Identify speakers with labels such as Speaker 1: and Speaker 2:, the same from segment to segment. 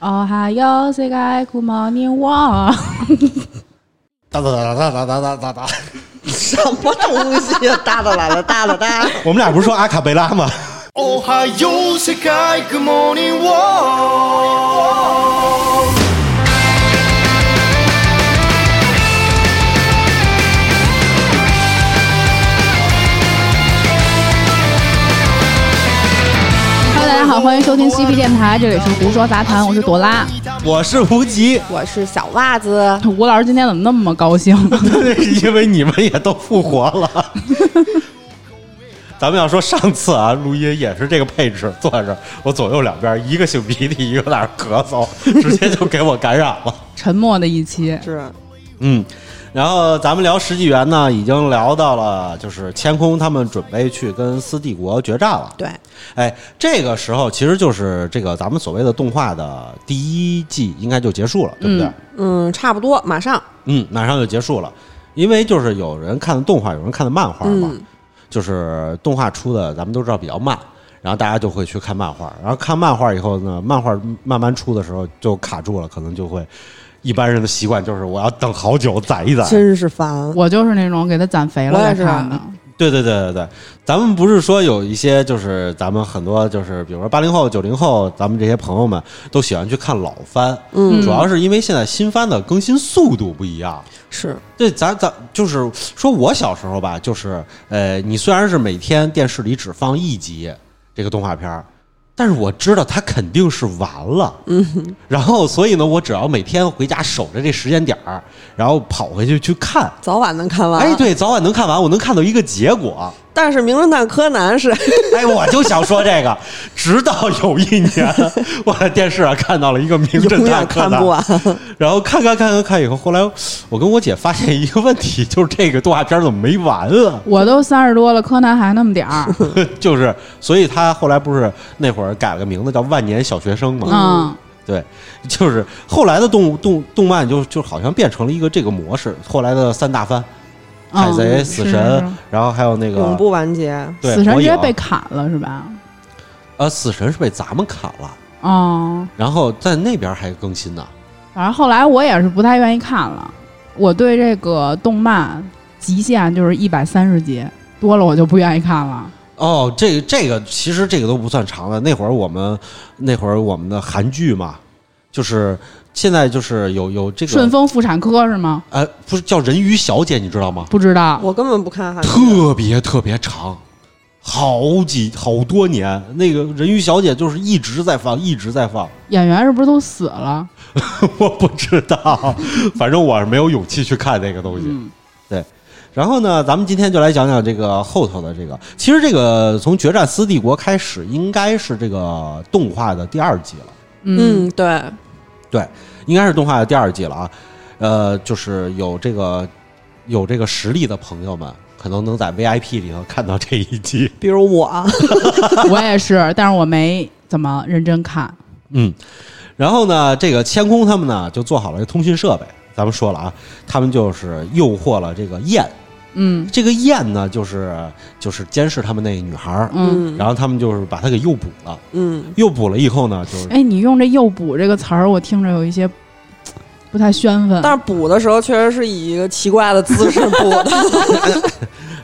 Speaker 1: 哦哈哟，世界古毛年 哇！
Speaker 2: 哒哒哒哒哒哒哒哒哒。
Speaker 3: 什么东西呀？哒哒啦啦哒啦哒。
Speaker 2: 我们俩不是说阿卡贝拉 吗？
Speaker 4: おはよう世界 Good morning world
Speaker 1: 哈喽，大家好，欢迎收 听 CP 电台，这里是胡说杂谈，我是朵拉。
Speaker 2: 我是无极，
Speaker 3: 我是小袜子，
Speaker 1: 吴老师今天怎么那么高兴？
Speaker 2: 那是因为你们也都复活了。 咱们要说上次啊，录音也是这个配置，坐在这儿，我左右两边一个擤鼻涕，一个在那儿咳嗽，直接就给我感染了。
Speaker 1: 沉默的一期，
Speaker 3: 是
Speaker 2: 嗯，然后咱们聊十纪元呢，已经聊到了，就是千空他们准备去跟斯帝国决战了。
Speaker 3: 对，
Speaker 2: 哎，这个时候其实就是这个咱们所谓的动画的第一季应该就结束了，对不对？
Speaker 3: 嗯，差不多，马上
Speaker 2: 嗯马上就结束了，因为就是有人看的动画，有人看的漫画嘛，就是动画出的咱们都知道比较慢。然后大家就会去看漫画，然后看漫画以后呢，漫画慢慢出的时候就卡住了，可能就会一般人的习惯就是我要等好久攒一攒，
Speaker 3: 真是烦。
Speaker 1: 我就是那种给他攒肥了
Speaker 3: 我也
Speaker 1: 再
Speaker 3: 是
Speaker 1: 看的。
Speaker 2: 对对对对对，咱们不是说有一些就是咱们很多就是比如说八零后、九零后，咱们这些朋友们都喜欢去看老番，
Speaker 3: 嗯
Speaker 2: 主要是因为现在新番的更新速度不一样。
Speaker 3: 是
Speaker 2: 对，咱咱就是说，我小时候吧，就是呃，你虽然是每天电视里只放一集这个动画片儿，但是我知道它肯定是完了，嗯，然后所以呢，我只要每天回家守着这时间点儿，然后跑回去去看，
Speaker 3: 早晚能看完。
Speaker 2: 哎，，对，早晚能看完，我能看到一个结果。
Speaker 3: 但是《名侦探柯南》是
Speaker 2: 哎，我就想说这个， 直到有一年，我在电视上看到了一个名
Speaker 3: 永
Speaker 2: 侦探
Speaker 3: 远
Speaker 2: 柯
Speaker 3: 看
Speaker 2: 南
Speaker 3: 不，完。
Speaker 2: 然后看看看看看以后，后来我跟我姐发现一个问题，就是这个动画片怎么没完啊？
Speaker 1: 我都三十多了，柯南还那么点儿。
Speaker 2: 就是，所以他后来不是那会儿改了个名字叫《万年小学生》嘛？
Speaker 1: 嗯，
Speaker 2: 对，就是后来的动动动漫就就好像变成了一个这个模式。后来的三大番，《 海
Speaker 1: 嗯
Speaker 2: 贼》《
Speaker 1: 是
Speaker 2: 死
Speaker 1: 是
Speaker 2: 神》
Speaker 1: 是
Speaker 2: 然后还有那
Speaker 3: 永
Speaker 2: 个
Speaker 3: 嗯不完结。
Speaker 2: 对
Speaker 1: 死神
Speaker 2: 火
Speaker 1: 直接
Speaker 2: 影
Speaker 1: 被砍了是吧？
Speaker 2: 呃，死神是被咱们砍了，
Speaker 1: 哦，
Speaker 2: 然后在那边还更新呢。
Speaker 1: 反正后来我也是不太愿意看了。我对这个动漫极限就是一百三十集，多了我就不愿意看了。
Speaker 2: 哦，这个这个其实这个都不算长的。那会儿我们那会儿我们的韩剧嘛，就是现在就是有有这个
Speaker 1: 顺丰妇产科是吗？
Speaker 2: 呃，不是叫人鱼小姐，你知道吗？
Speaker 1: 不知道。
Speaker 3: 我根本不看韩剧，
Speaker 2: 特别特别长，好几好多年。那个人鱼小姐就是一直在放，一直在放。
Speaker 1: 演员是不是都死了？
Speaker 2: 我不知道，反正我是没有勇气去看那个东西。
Speaker 1: 嗯
Speaker 2: 对，然后呢，咱们今天就来讲讲这个后头的这个。其实这个从《决战斯帝国》开始，应该是这个动画的第二季了，
Speaker 1: 嗯，
Speaker 3: 嗯，对，
Speaker 2: 应该是动画的第二季了啊。呃，就是有这个有这个实力的朋友们，可能能在 VIP 里头看到这一季。
Speaker 3: 比如我，
Speaker 1: 嗯我也是， 但是我没怎么认真看。
Speaker 2: 嗯，然后呢，这个千空他们呢就做好了这通讯设备，咱们说了啊，他们就是诱惑了这个燕，
Speaker 1: 嗯
Speaker 2: 这个燕呢就是就是监视他们那女孩儿，
Speaker 1: 嗯，
Speaker 2: 然后他们就是把她给诱捕了，
Speaker 3: 嗯，
Speaker 2: 诱捕了以后呢，就是
Speaker 1: 哎，你用这“诱捕”这个词儿，我听着有一些嘖不太宣愤。
Speaker 3: 但是补的时候确实是以一个奇怪的姿势 补的，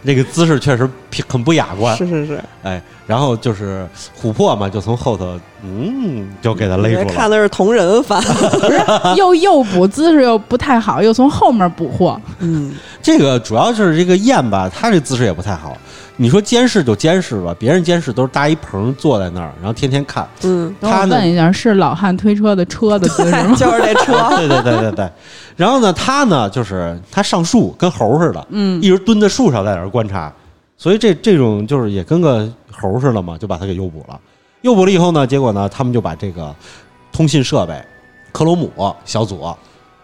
Speaker 2: 这个姿势确实挺很不雅观，
Speaker 3: 是是是，
Speaker 2: 哎，然后就是琥珀嘛，就从后头嗯就给他
Speaker 3: 我觉
Speaker 2: 勒
Speaker 3: 得
Speaker 2: 住了，
Speaker 3: 看的是同人番，
Speaker 1: 又诱捕姿势又不太好，又从后面捕获。
Speaker 3: 嗯，
Speaker 2: 这个主要就是这个燕吧，它这姿势也不太好。你说监视就监视吧，别人监视都是搭一棚坐在那儿，然后天天看。
Speaker 3: 嗯，？
Speaker 1: 等
Speaker 2: 他
Speaker 1: 我
Speaker 2: 呢
Speaker 1: 问一下，是老汉推车的车的姿势吗
Speaker 3: 就是这 车，
Speaker 2: 对对对对对。然后呢，他呢就是他上树跟猴似的，
Speaker 1: 嗯
Speaker 2: 一直蹲在树上在那儿观察，所以这这种就是也跟个猴似的嘛，就把他给诱捕了。诱捕了以后呢，结果呢，他们就把这个通信设备，克罗姆、小佐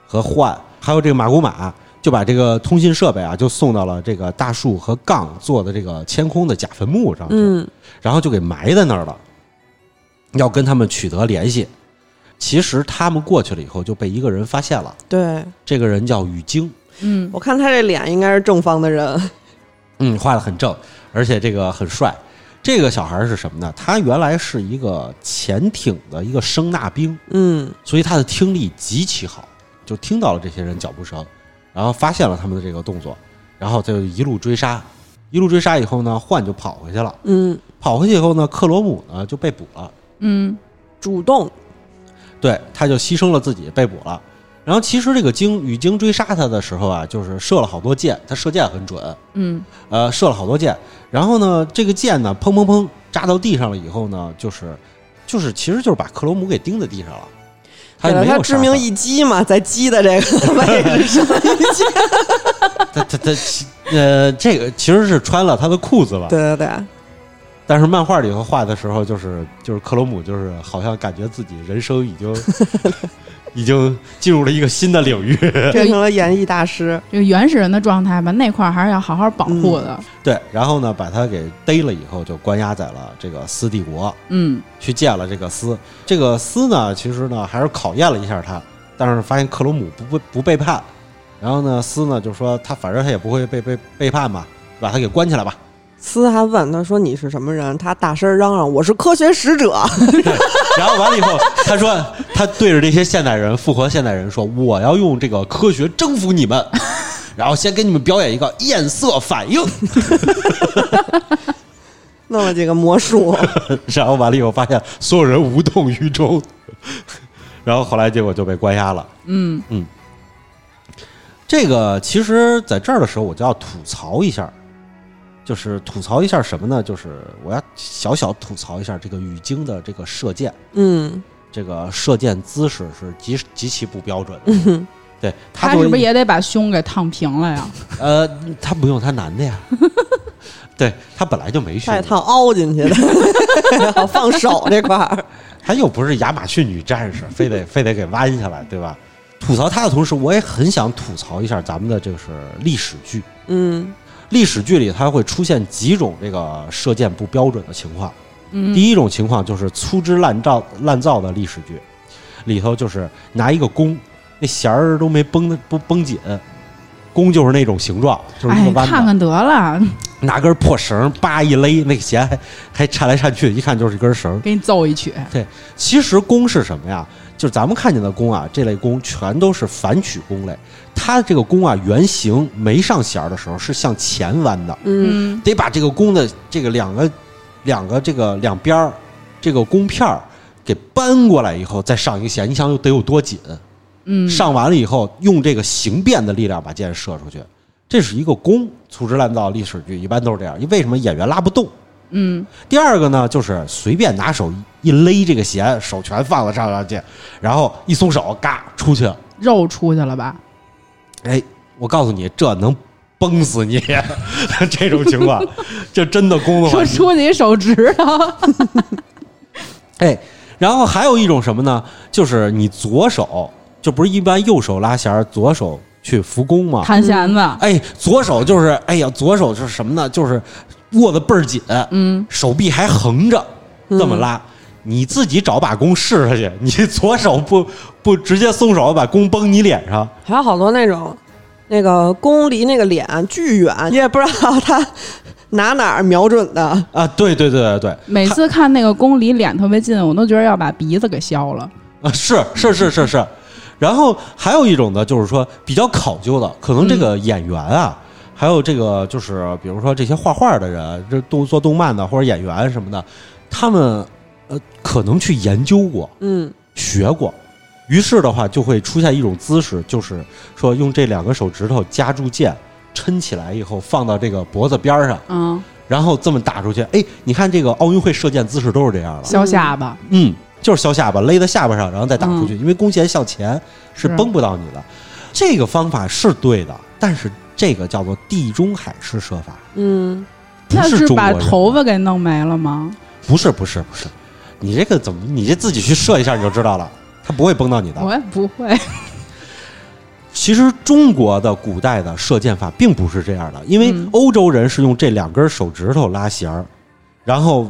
Speaker 2: 和幻，还有这个马古马，就把这个通信设备啊，就送到了这个大树和杠做的这个天空的假坟墓上去。
Speaker 3: 嗯，
Speaker 2: 然后就给埋在那儿了，要跟他们取得联系。其实他们过去了以后就被一个人发现了，
Speaker 3: 对，
Speaker 2: 这个人叫雨晶，
Speaker 1: 嗯，
Speaker 3: 我看他这脸应该是正方的人，
Speaker 2: 嗯，画的很正，而且这个很帅。这个小孩是什么呢？他原来是一个潜艇的一个声纳兵，
Speaker 3: 嗯
Speaker 2: 所以他的听力极其好，就听到了这些人脚步声，然后发现了他们的这个动作，然后他就一路追杀，一路追杀以后呢，幻就跑回去了，
Speaker 3: 嗯，
Speaker 2: 跑回去以后呢，克罗姆呢就被捕了，
Speaker 1: 嗯，
Speaker 3: 主动，
Speaker 2: 对，他就牺牲了自己被捕了。然后其实这个鲸雨鲸追杀他的时候啊，就是射了好多箭，他射箭很准，
Speaker 1: 嗯，
Speaker 2: 呃，射了好多箭。然后呢，这个箭呢，砰砰砰扎到地上了以后呢，就是就是其实就是把克罗姆给钉在地上了，他
Speaker 3: 给了
Speaker 2: 没
Speaker 3: 他
Speaker 2: 有
Speaker 3: 致
Speaker 2: 杀
Speaker 3: 命一击嘛，在击的 这个位置上一击，
Speaker 2: 他他他其呃，这个其实是穿了他的裤子了。
Speaker 3: 对对 对，
Speaker 2: 但是漫画里头画的时候，就是就是克罗姆，就是好像感觉自己人生已经 已经进入了一个新的领域。
Speaker 3: 变成了演艺大师，
Speaker 1: 这个原始人的状态吧，那块儿还是要好好保护的。
Speaker 2: 对，然后呢，把他给逮了以后，就关押在了这个斯帝国，
Speaker 1: 嗯，
Speaker 2: 去见了这个斯。这个斯呢，其实呢还是考验了一下他，但是发现克罗姆不不不背叛，然后呢，斯呢就说他反正他也不会被被 背叛嘛，把他给关起来吧。
Speaker 3: 斯还问他说：“你是什么人？”他大声嚷嚷：“我是科学使者。
Speaker 2: 然后完了以后，他说他对着这些现代人复活现代人说：“我要用这个科学征服你们， 然后先给你们表演一个焰色反应。”
Speaker 3: 弄了几个 魔术，
Speaker 2: 然后完了以后，发现所有人无动于衷。 然后后来结果就被关押了。
Speaker 1: 嗯
Speaker 2: 嗯，这个其实在这儿的时候，我就要吐槽一下，就是吐槽一下什么呢？就是我要小小吐槽一下这个雨晶的这个射箭。
Speaker 3: 嗯，
Speaker 2: 这个射箭姿势是极极其不标准的。对
Speaker 1: 嗯他
Speaker 2: 作
Speaker 1: 是
Speaker 2: 为
Speaker 1: 不是也得把胸给烫平了呀？
Speaker 2: 呃，他不用，他男的呀。 对他本来就没胸
Speaker 3: 他，一趟凹进去的， 好放手这块儿，
Speaker 2: 他又不是亚马逊女 战士，非得非得给弯下来，对吧？吐槽他的同时，我也很想吐槽一下咱们的这个是历史剧。
Speaker 3: 嗯
Speaker 2: 历史剧里它会出现几种这个射箭不标准的情况。
Speaker 1: 嗯
Speaker 2: 第一种情况就是粗制滥造滥造的历史剧，里头就是拿一个弓，那弦儿都没绷的不绷紧，弓就是那种形状，就是一
Speaker 1: 哎
Speaker 2: 个，弯的。
Speaker 1: 看看得了，
Speaker 2: 拿根破绳叭一勒，那个弦还还颤来颤去，一看就是一根绳。
Speaker 1: 给你揍一曲。
Speaker 2: 其实弓是什么呀？就是咱们看见的弓啊，这类弓全都是反曲弓类。它这个弓啊，原型没上弦儿的时候是向前弯的，
Speaker 3: 嗯
Speaker 1: 嗯
Speaker 2: 得把这个弓的这个两个两个这个两边儿这个弓片儿给扳过来以后，再上一个弦。你想有得有多紧？
Speaker 1: 嗯，
Speaker 2: 上完了以后，用这个形变的力量把箭射出去，这是一个弓。粗制滥造历史剧一般都是这样，因为为什么演员拉不动？
Speaker 1: 嗯
Speaker 2: 第二个呢，就是随便拿手一勒这个弦，手全放到上上去，然后一松手，嘎出去。
Speaker 1: 肉出去了吧？
Speaker 2: 哎，我告诉你，这能崩死你！ 这种情况，这真的弓的话
Speaker 1: 说，出去一手指啊头。
Speaker 2: 哎，然后还有一种什么呢？就是你左手，就不是一般右手拉弦儿，左手去扶弓吗？
Speaker 1: 弹弦子，
Speaker 2: 哎，左手就是，哎呀，左手是什么呢？就是握得倍儿紧，
Speaker 1: 嗯，
Speaker 2: 手臂还横着这么拉。你自己找把弓试试去，你 左手不不直接松手把弓崩你脸上，
Speaker 3: 还有好多那种，那个弓离那个脸巨远，你也不知道他拿哪儿瞄准的。
Speaker 2: 啊！对对对对对，
Speaker 1: 每次看那个弓离脸特别近，我都觉得要把鼻子给削了。
Speaker 2: 啊，是是是是是。然后还有一种呢，就是说比较考究的，可能这个演员啊，还有这个就是比如说这些画画的人，这动做动漫的或者演员什么的，他们呃可能去研究过，
Speaker 3: 嗯，
Speaker 2: 学过。于是的话，就会出现一种姿势，就是说用这两个手指头夹住剑，抻起来以后放到这个脖子边儿上，
Speaker 1: 嗯，
Speaker 2: 然后这么打出去。哎，你看这个奥运会射箭姿势都是这样的，
Speaker 1: 削下巴。
Speaker 2: 嗯，就是削下巴，勒在下巴上，然后再打出去，因为弓弦向前是崩不到你的。这个方法是对的，但是这个叫做地中海式射法，
Speaker 3: 嗯，
Speaker 2: 不
Speaker 1: 那
Speaker 2: 是中国
Speaker 1: 把
Speaker 2: 人
Speaker 1: 头发给弄没了吗？
Speaker 2: 不是不是不是，你这个怎么？你这自己去射一下你就知道了，它不会崩到你的。
Speaker 1: 我也不会。
Speaker 2: 其实中国的古代的射箭法并不是这样的，因为
Speaker 1: 嗯
Speaker 2: 欧洲人是用这两根手指头拉弦儿，然后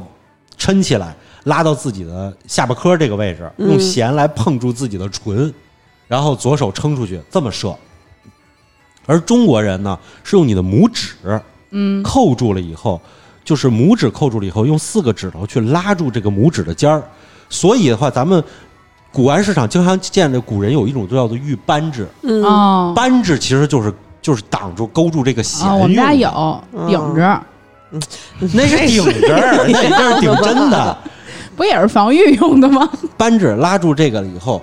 Speaker 2: 抻起来拉到自己的下巴颏儿这个位置，
Speaker 3: 嗯
Speaker 2: 用弦来碰住自己的唇，然后左手撑出去这么射。而中国人呢，是用你的拇指
Speaker 1: 嗯
Speaker 2: 扣住了以后，就是拇指扣住了以后，用四个指头去拉住这个拇指的尖儿。所以的话，咱们古玩市场经常见着古人有一种叫做玉扳指，
Speaker 3: 嗯，
Speaker 1: 哦，
Speaker 2: 扳指其实就是就是挡住勾住这个弦
Speaker 1: 啊，
Speaker 2: 用的。
Speaker 1: 我们家有
Speaker 2: 嗯
Speaker 1: 顶着，
Speaker 3: 嗯
Speaker 2: 那 是顶针 儿，那那是顶针的。
Speaker 1: 不也是防御用的 吗？
Speaker 2: 扳指拉住这个了以后，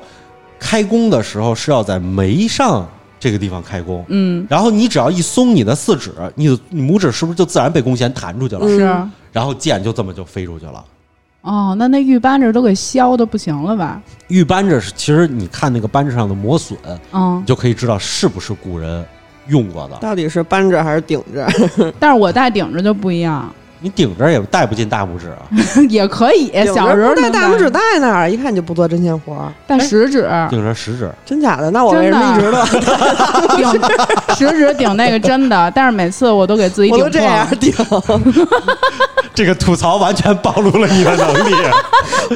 Speaker 2: 开弓的时候是要在眉上这个地方开弓。
Speaker 1: 嗯，
Speaker 2: 然后你只要一松你的四指，你的你拇指是不是就自然被弓弦弹出去了？
Speaker 3: 嗯
Speaker 1: 是。
Speaker 2: 然后箭就这么就飞出去了。
Speaker 1: 哦，那那玉扳指都给削的不行了吧？
Speaker 2: 玉扳指是，其实你看那个扳指上的磨损，
Speaker 1: 嗯
Speaker 2: 你，就可以知道是不是古人用过的。
Speaker 3: 到底是扳着还是顶着？
Speaker 1: 但是我戴顶着就不一样，
Speaker 2: 你顶着也带不进大拇指啊，
Speaker 1: 嗯也可以。
Speaker 3: 顶
Speaker 1: 小
Speaker 3: 着
Speaker 1: 时候
Speaker 3: 不戴
Speaker 1: 能
Speaker 3: 大拇指戴哎那儿，一看你就不做针线活儿，
Speaker 1: 戴食指，
Speaker 2: 顶着食指。
Speaker 3: 真假的？那我为
Speaker 1: 真
Speaker 3: 什
Speaker 1: 的
Speaker 3: 么一直都
Speaker 1: 顶食指顶那个真的，但是每次我都给自己
Speaker 3: 我
Speaker 1: 顶
Speaker 3: 都这
Speaker 1: 破
Speaker 3: 样
Speaker 1: 了。
Speaker 3: 顶？
Speaker 2: 这个吐槽完全暴露了你的能力。啊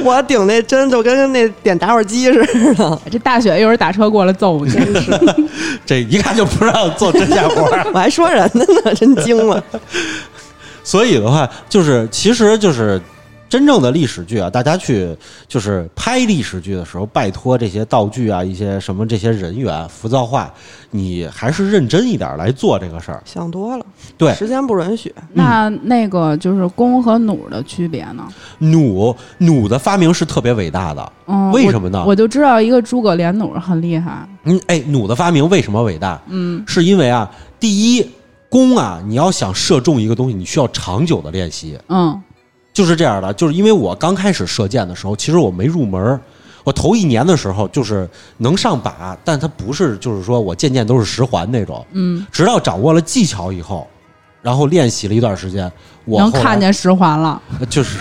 Speaker 3: 我顶那针就跟那点打火机似的，
Speaker 1: 这大雪一会儿打车过来揍你。
Speaker 2: 这一看就不让做针线活儿。
Speaker 3: 我还说人呢呢，真惊了。
Speaker 2: 所以的话，就是其实就是真正的历史剧啊，大家去就是拍历史剧的时候，拜托这些道具啊，一些什么这些人员浮躁化，你还是认真一点来做这个事儿。
Speaker 3: 想多了，
Speaker 2: 对，
Speaker 3: 时间不允许。
Speaker 1: 那那个就是弓和弩的区别呢？
Speaker 2: 弩弩的发明是特别伟大的，
Speaker 1: 嗯，
Speaker 2: 为
Speaker 1: 我
Speaker 2: 什么呢
Speaker 1: 我就知道一个诸葛连弩很厉害。
Speaker 2: 嗯，哎，弩的发明为什么伟大？
Speaker 1: 嗯，
Speaker 2: 是因为啊，第一，弓啊，你要想射中一个东西，你需要长久的练习。
Speaker 1: 嗯
Speaker 2: 就是这样的，就是因为我刚开始射箭的时候，其实我没入门儿。我头一年的时候就是能上靶，但它不是就是说我渐渐都是十环那种。
Speaker 1: 嗯，
Speaker 2: 直到掌握了技巧以后，然后练习了一段时间，我
Speaker 1: 能
Speaker 2: 后来
Speaker 1: 看见十环了。
Speaker 2: 就是，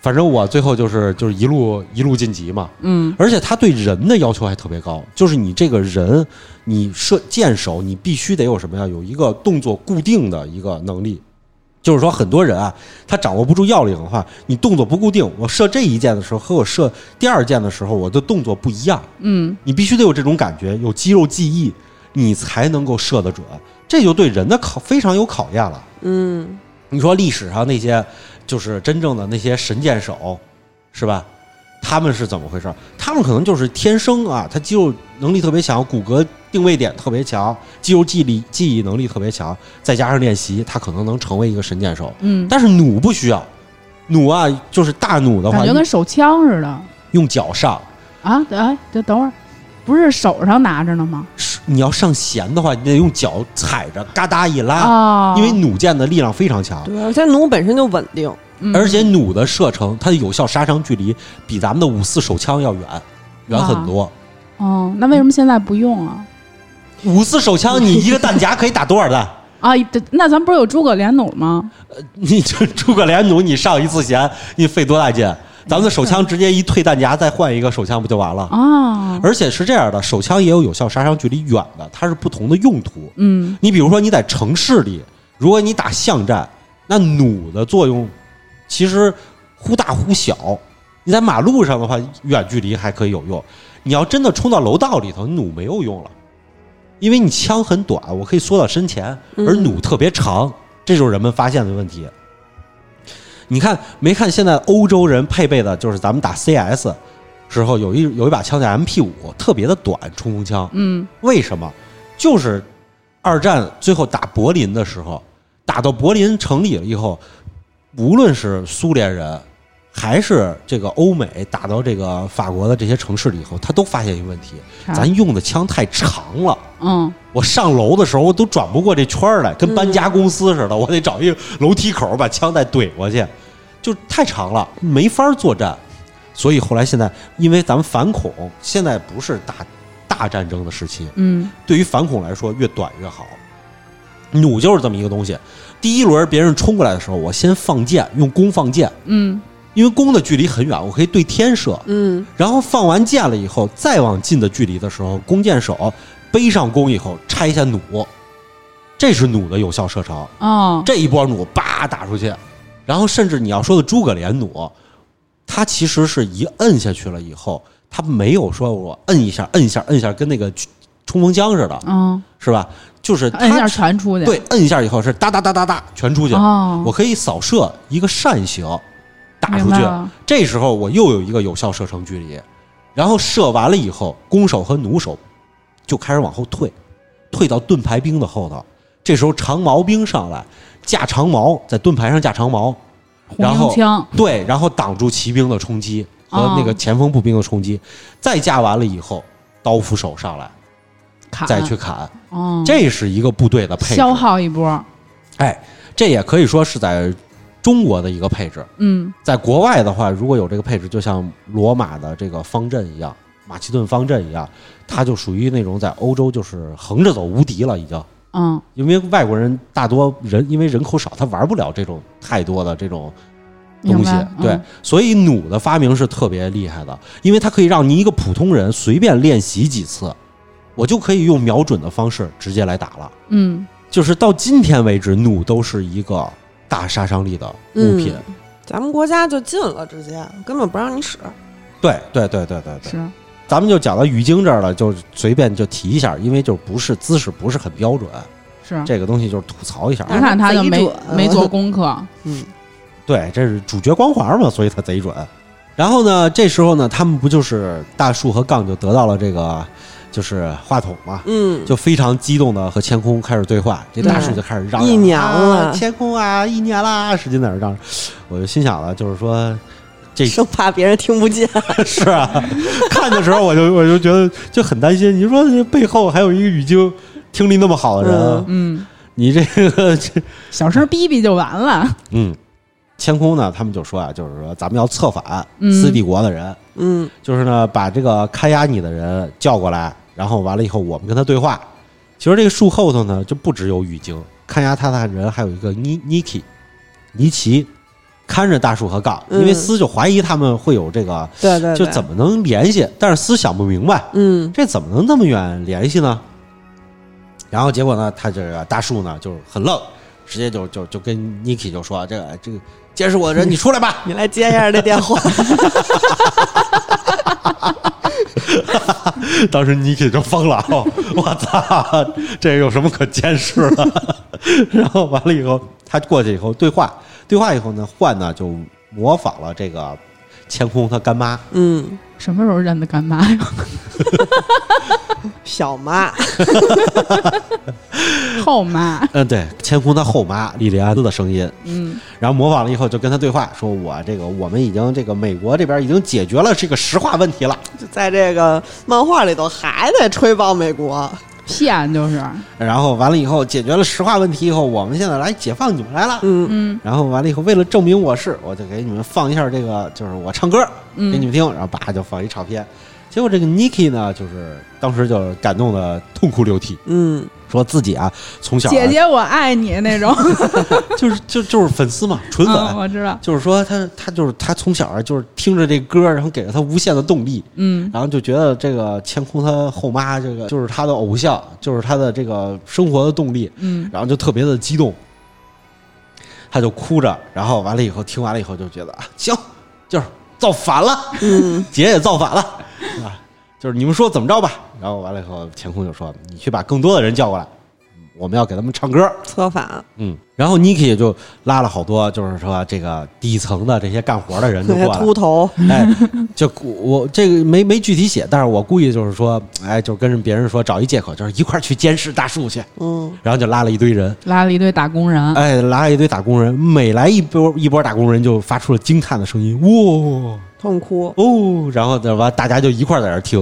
Speaker 2: 反正我最后就是就是一路一路晋级嘛。
Speaker 1: 嗯
Speaker 2: 而且他对人的要求还特别高，就是你这个人，你射箭手，你必须得有什么呀？有一个动作固定的一个能力。就是说，很多人啊，他掌握不住要领的话，你动作不固定，我射这一箭的时候和我射第二箭的时候，我的动作不一样。
Speaker 1: 嗯，
Speaker 2: 你必须得有这种感觉，有肌肉记忆，你才能够射得准。这就对人的考非常有考验了。
Speaker 3: 嗯，
Speaker 2: 你说历史上那些就是真正的那些神箭手，是吧？他们是怎么回事？他们可能就是天生啊，他肌肉能力特别强，骨骼定位点特别强，肌肉记忆力记忆能力特别强，再加上练习，他可能能成为一个神箭手。
Speaker 1: 嗯，
Speaker 2: 但是弩不需要，弩啊，就是大弩的话
Speaker 1: 感觉，跟手枪似的
Speaker 2: 用脚上，
Speaker 1: 啊！哎，等等会儿，不是手上拿着呢吗？
Speaker 2: 是你要上弦的话，你得用脚踩着，嘎哒一拉，
Speaker 1: 啊，
Speaker 2: 因为弩箭的力量非常强。
Speaker 3: 对，而且弩本身就稳定，
Speaker 1: 嗯
Speaker 2: 而且弩的射程，它的有效杀伤距离比咱们的五四手枪要远，远很多。
Speaker 1: 哦，那为什么现在不用啊？
Speaker 2: 五四手枪，你一个弹夹可以打多少弹？
Speaker 1: 啊，对那咱不是有诸葛连弩吗？
Speaker 2: 你这诸葛连弩，你上一次弦，你费多大劲？咱们的手枪直接一退弹夹，再换一个手枪不就完了？
Speaker 1: 啊，
Speaker 2: 而且是这样的，手枪也有有效杀伤距离远的，它是不同的用途。
Speaker 1: 嗯
Speaker 2: 你比如说，你在城市里，如果你打巷战，那弩的作用其实忽大忽小。你在马路上的话，远距离还可以有用。你要真的冲到楼道里头，弩没有用了，因为你枪很短，我可以缩到身前，
Speaker 3: 嗯
Speaker 2: 而弩特别长，这就是人们发现的问题。你看没看现在欧洲人配备的就是咱们打 CS 时候有一有一把枪叫 MP 五，特别的短冲锋枪，
Speaker 1: 嗯
Speaker 2: 为什么？就是二战最后打柏林的时候，打到柏林城里了以后，无论是苏联人还是这个欧美打到这个法国的这些城市里以后，他都发现一个问题：
Speaker 1: 啥
Speaker 2: 咱用的枪太长了。
Speaker 1: 嗯
Speaker 2: 我上楼的时候，我都转不过这圈儿来，跟搬家公司似的，我得找一个楼梯口把枪再怼过去，就太长了，没法作战。所以后来现在，因为咱们反恐，现在不是打大战争的时期，
Speaker 1: 嗯
Speaker 2: 对于反恐来说，越短越好。弩就是这么一个东西。第一轮别人冲过来的时候，我先放箭，用弓放箭，
Speaker 1: 嗯
Speaker 2: 因为弓的距离很远，我可以对天射。
Speaker 3: 嗯，
Speaker 2: 然后放完箭了以后，再往近的距离的时候，弓箭手背上弓以后拆一下弩，这是弩的有效射程。
Speaker 1: 哦，
Speaker 2: 这一波弩叭打出去，然后甚至你要说的诸葛连弩，它其实是一摁下去了以后，它没有说我摁一下、摁一下、摁一下，跟那个冲锋枪似的，
Speaker 1: 嗯
Speaker 2: 是吧？就是
Speaker 1: 摁一下
Speaker 2: 它
Speaker 1: 传出去。
Speaker 2: 对摁一下以后是哒哒哒哒哒全出去了，
Speaker 1: 哦，
Speaker 2: 我可以扫射一个扇形打出
Speaker 1: 明白
Speaker 2: 去，
Speaker 1: 了
Speaker 2: 这时候我又有一个有效射程距离，然后射完了以后，弓手和弩手就开始往后退，退到盾牌兵的后头。这时候长矛兵上来，架长矛在盾牌上架长矛，
Speaker 1: 红
Speaker 2: 然
Speaker 1: 缨
Speaker 2: 后
Speaker 1: 枪，哦
Speaker 2: 对，然后挡住骑兵的冲击和那个前锋步兵的冲击。再架完了以后，刀斧手上来
Speaker 1: 砍
Speaker 2: 再去砍，
Speaker 1: 哦，
Speaker 2: 这是一个部队的配置。
Speaker 1: 消耗一波。
Speaker 2: 哎，这也可以说是在中国的一个配置。
Speaker 1: 嗯，
Speaker 2: 在国外的话，如果有这个配置，就像罗马的这个方阵一样，马其顿方阵一样，它就属于那种在欧洲就是横着走无敌了，已经。
Speaker 1: 嗯，
Speaker 2: 因为外国人大多人因为人口少，他玩不了这种太多的这种东
Speaker 1: 明
Speaker 2: 西
Speaker 1: 白。
Speaker 2: 对，
Speaker 1: 嗯
Speaker 2: 所以弩的发明是特别厉害的，因为它可以让你一个普通人随便练习几次，我就可以用瞄准的方式直接来打了。
Speaker 1: 嗯，
Speaker 2: 就是到今天为止，弩都是一个大杀伤力的物品。
Speaker 3: 嗯咱们国家就禁了，直接根本不让你使。
Speaker 2: 对对对对对对。
Speaker 1: 是
Speaker 2: 咱们就讲到语经这儿了，就随便就提一下，因为就不是姿势不是很标准，
Speaker 3: 嗯
Speaker 1: 是。
Speaker 2: 这个东西就是吐槽一下。
Speaker 1: 你看他就没
Speaker 3: 贼准
Speaker 1: 没做功课，
Speaker 3: 嗯，
Speaker 2: 对，这是主角光环嘛，所以他贼准。然后呢，这时候呢，他们不就是大树和杠就得到了这个就是话筒嘛，
Speaker 3: 嗯，
Speaker 2: 就非常激动的和千空开始对话。这大树就开始嚷
Speaker 3: 嗯一
Speaker 2: 嚷
Speaker 3: 年
Speaker 2: 啊，
Speaker 3: 了，
Speaker 2: 千空啊，一年啦，使劲在那嚷。我就心想了，就是说这
Speaker 3: 生怕别人听不见。
Speaker 2: 是啊，看的时候我就我就觉得就很担心。你说这背后还有一个语经听力那么好的人，
Speaker 3: 嗯
Speaker 1: 嗯，
Speaker 2: 你这个这
Speaker 1: 小声逼逼就完了。
Speaker 2: 嗯，千空呢，他们就说啊，就是说咱们要策反
Speaker 1: 嗯
Speaker 2: 斯帝国的人，
Speaker 3: 嗯，
Speaker 2: 就是呢把这个看押你的人叫过来，然后完了以后我们跟他对话。其实这个树后头呢，就不只有语经，看押他的人还有一个尼尼奇，尼奇看着大树和杠，因为
Speaker 3: 嗯
Speaker 2: 斯就怀疑他们会有这个，
Speaker 3: 对对
Speaker 2: 就
Speaker 3: 对，
Speaker 2: 怎么能联系？但是斯想不明白，
Speaker 3: 嗯
Speaker 2: 这怎么能那么远联系呢？然后结果呢，他这个大树呢就是很愣，直接就就就跟 Niki 就说：“这个这个监视我的人，你出来吧。”
Speaker 3: 你来接一下这电话。
Speaker 2: 当时 Niki 就疯了， 哦我操，这有什么可监视啊的？ 然后完了以后，他过去以后对话，对话以后呢，幻呢就模仿了这个千空他干妈，
Speaker 3: 嗯，
Speaker 1: 什么时候认的干妈呀？
Speaker 3: 小妈，
Speaker 1: 后妈，
Speaker 2: 嗯，对，千空他后妈莉莉安的声音，
Speaker 1: 嗯，
Speaker 2: 然后模仿了以后就跟他对话，说我这个我们已经这个美国这边已经解决了这个石化问题了，
Speaker 3: 就在这个漫画里头还得吹爆美国。
Speaker 1: 骗就是，
Speaker 2: 然后完了以后解决了石化问题以后，我们现在来解放你们来了。
Speaker 3: 嗯，
Speaker 1: 嗯
Speaker 2: 然后完了以后，为了证明我是，我就给你们放一下这个，就是我唱歌给你
Speaker 1: 嗯，
Speaker 2: 们听，然后叭就放一唱片。结果这个 Niki 呢，就是当时就感动的痛哭流涕，
Speaker 3: 嗯，
Speaker 2: 说自己啊从小啊
Speaker 1: 姐姐我爱你那 种，
Speaker 2: 就是就就是粉丝嘛，纯粉。
Speaker 1: 嗯，我知道，
Speaker 2: 就是说他，他就是他从小啊就是听着这歌，然后给了他无限的动力，
Speaker 1: 嗯，
Speaker 2: 然后就觉得这个千空他后妈这个就是他的偶像，就是他的这个生活的动力，
Speaker 1: 嗯，
Speaker 2: 然后就特别的激动，他就哭着，然后完了以后听完了以后就觉得啊，行，就是造反了，嗯，姐也造反了啊，就是你们说怎么着吧，然后完了以后千空就说你去把更多的人叫过来，我们要给他们唱歌，
Speaker 3: 策反，
Speaker 2: 嗯，然后 Niki 就拉了好多，就是说这个底层的这些干活的人 就
Speaker 3: 那些
Speaker 2: 过来
Speaker 3: 秃
Speaker 2: 了，
Speaker 3: 头，
Speaker 2: 哎，就我这个没没具体写，但是我估计就是说，哎，就跟别人说找一借口，就是一块儿去监视大树去，
Speaker 3: 嗯，
Speaker 2: 然后就拉了一堆人，
Speaker 1: 拉了一堆打工人，
Speaker 2: 哎，拉了一堆打工人，每来一波一波打工人就发出了惊叹的声音，哇
Speaker 3: 痛哭。
Speaker 2: 哦，然后对吧，大家就一块儿在那儿听，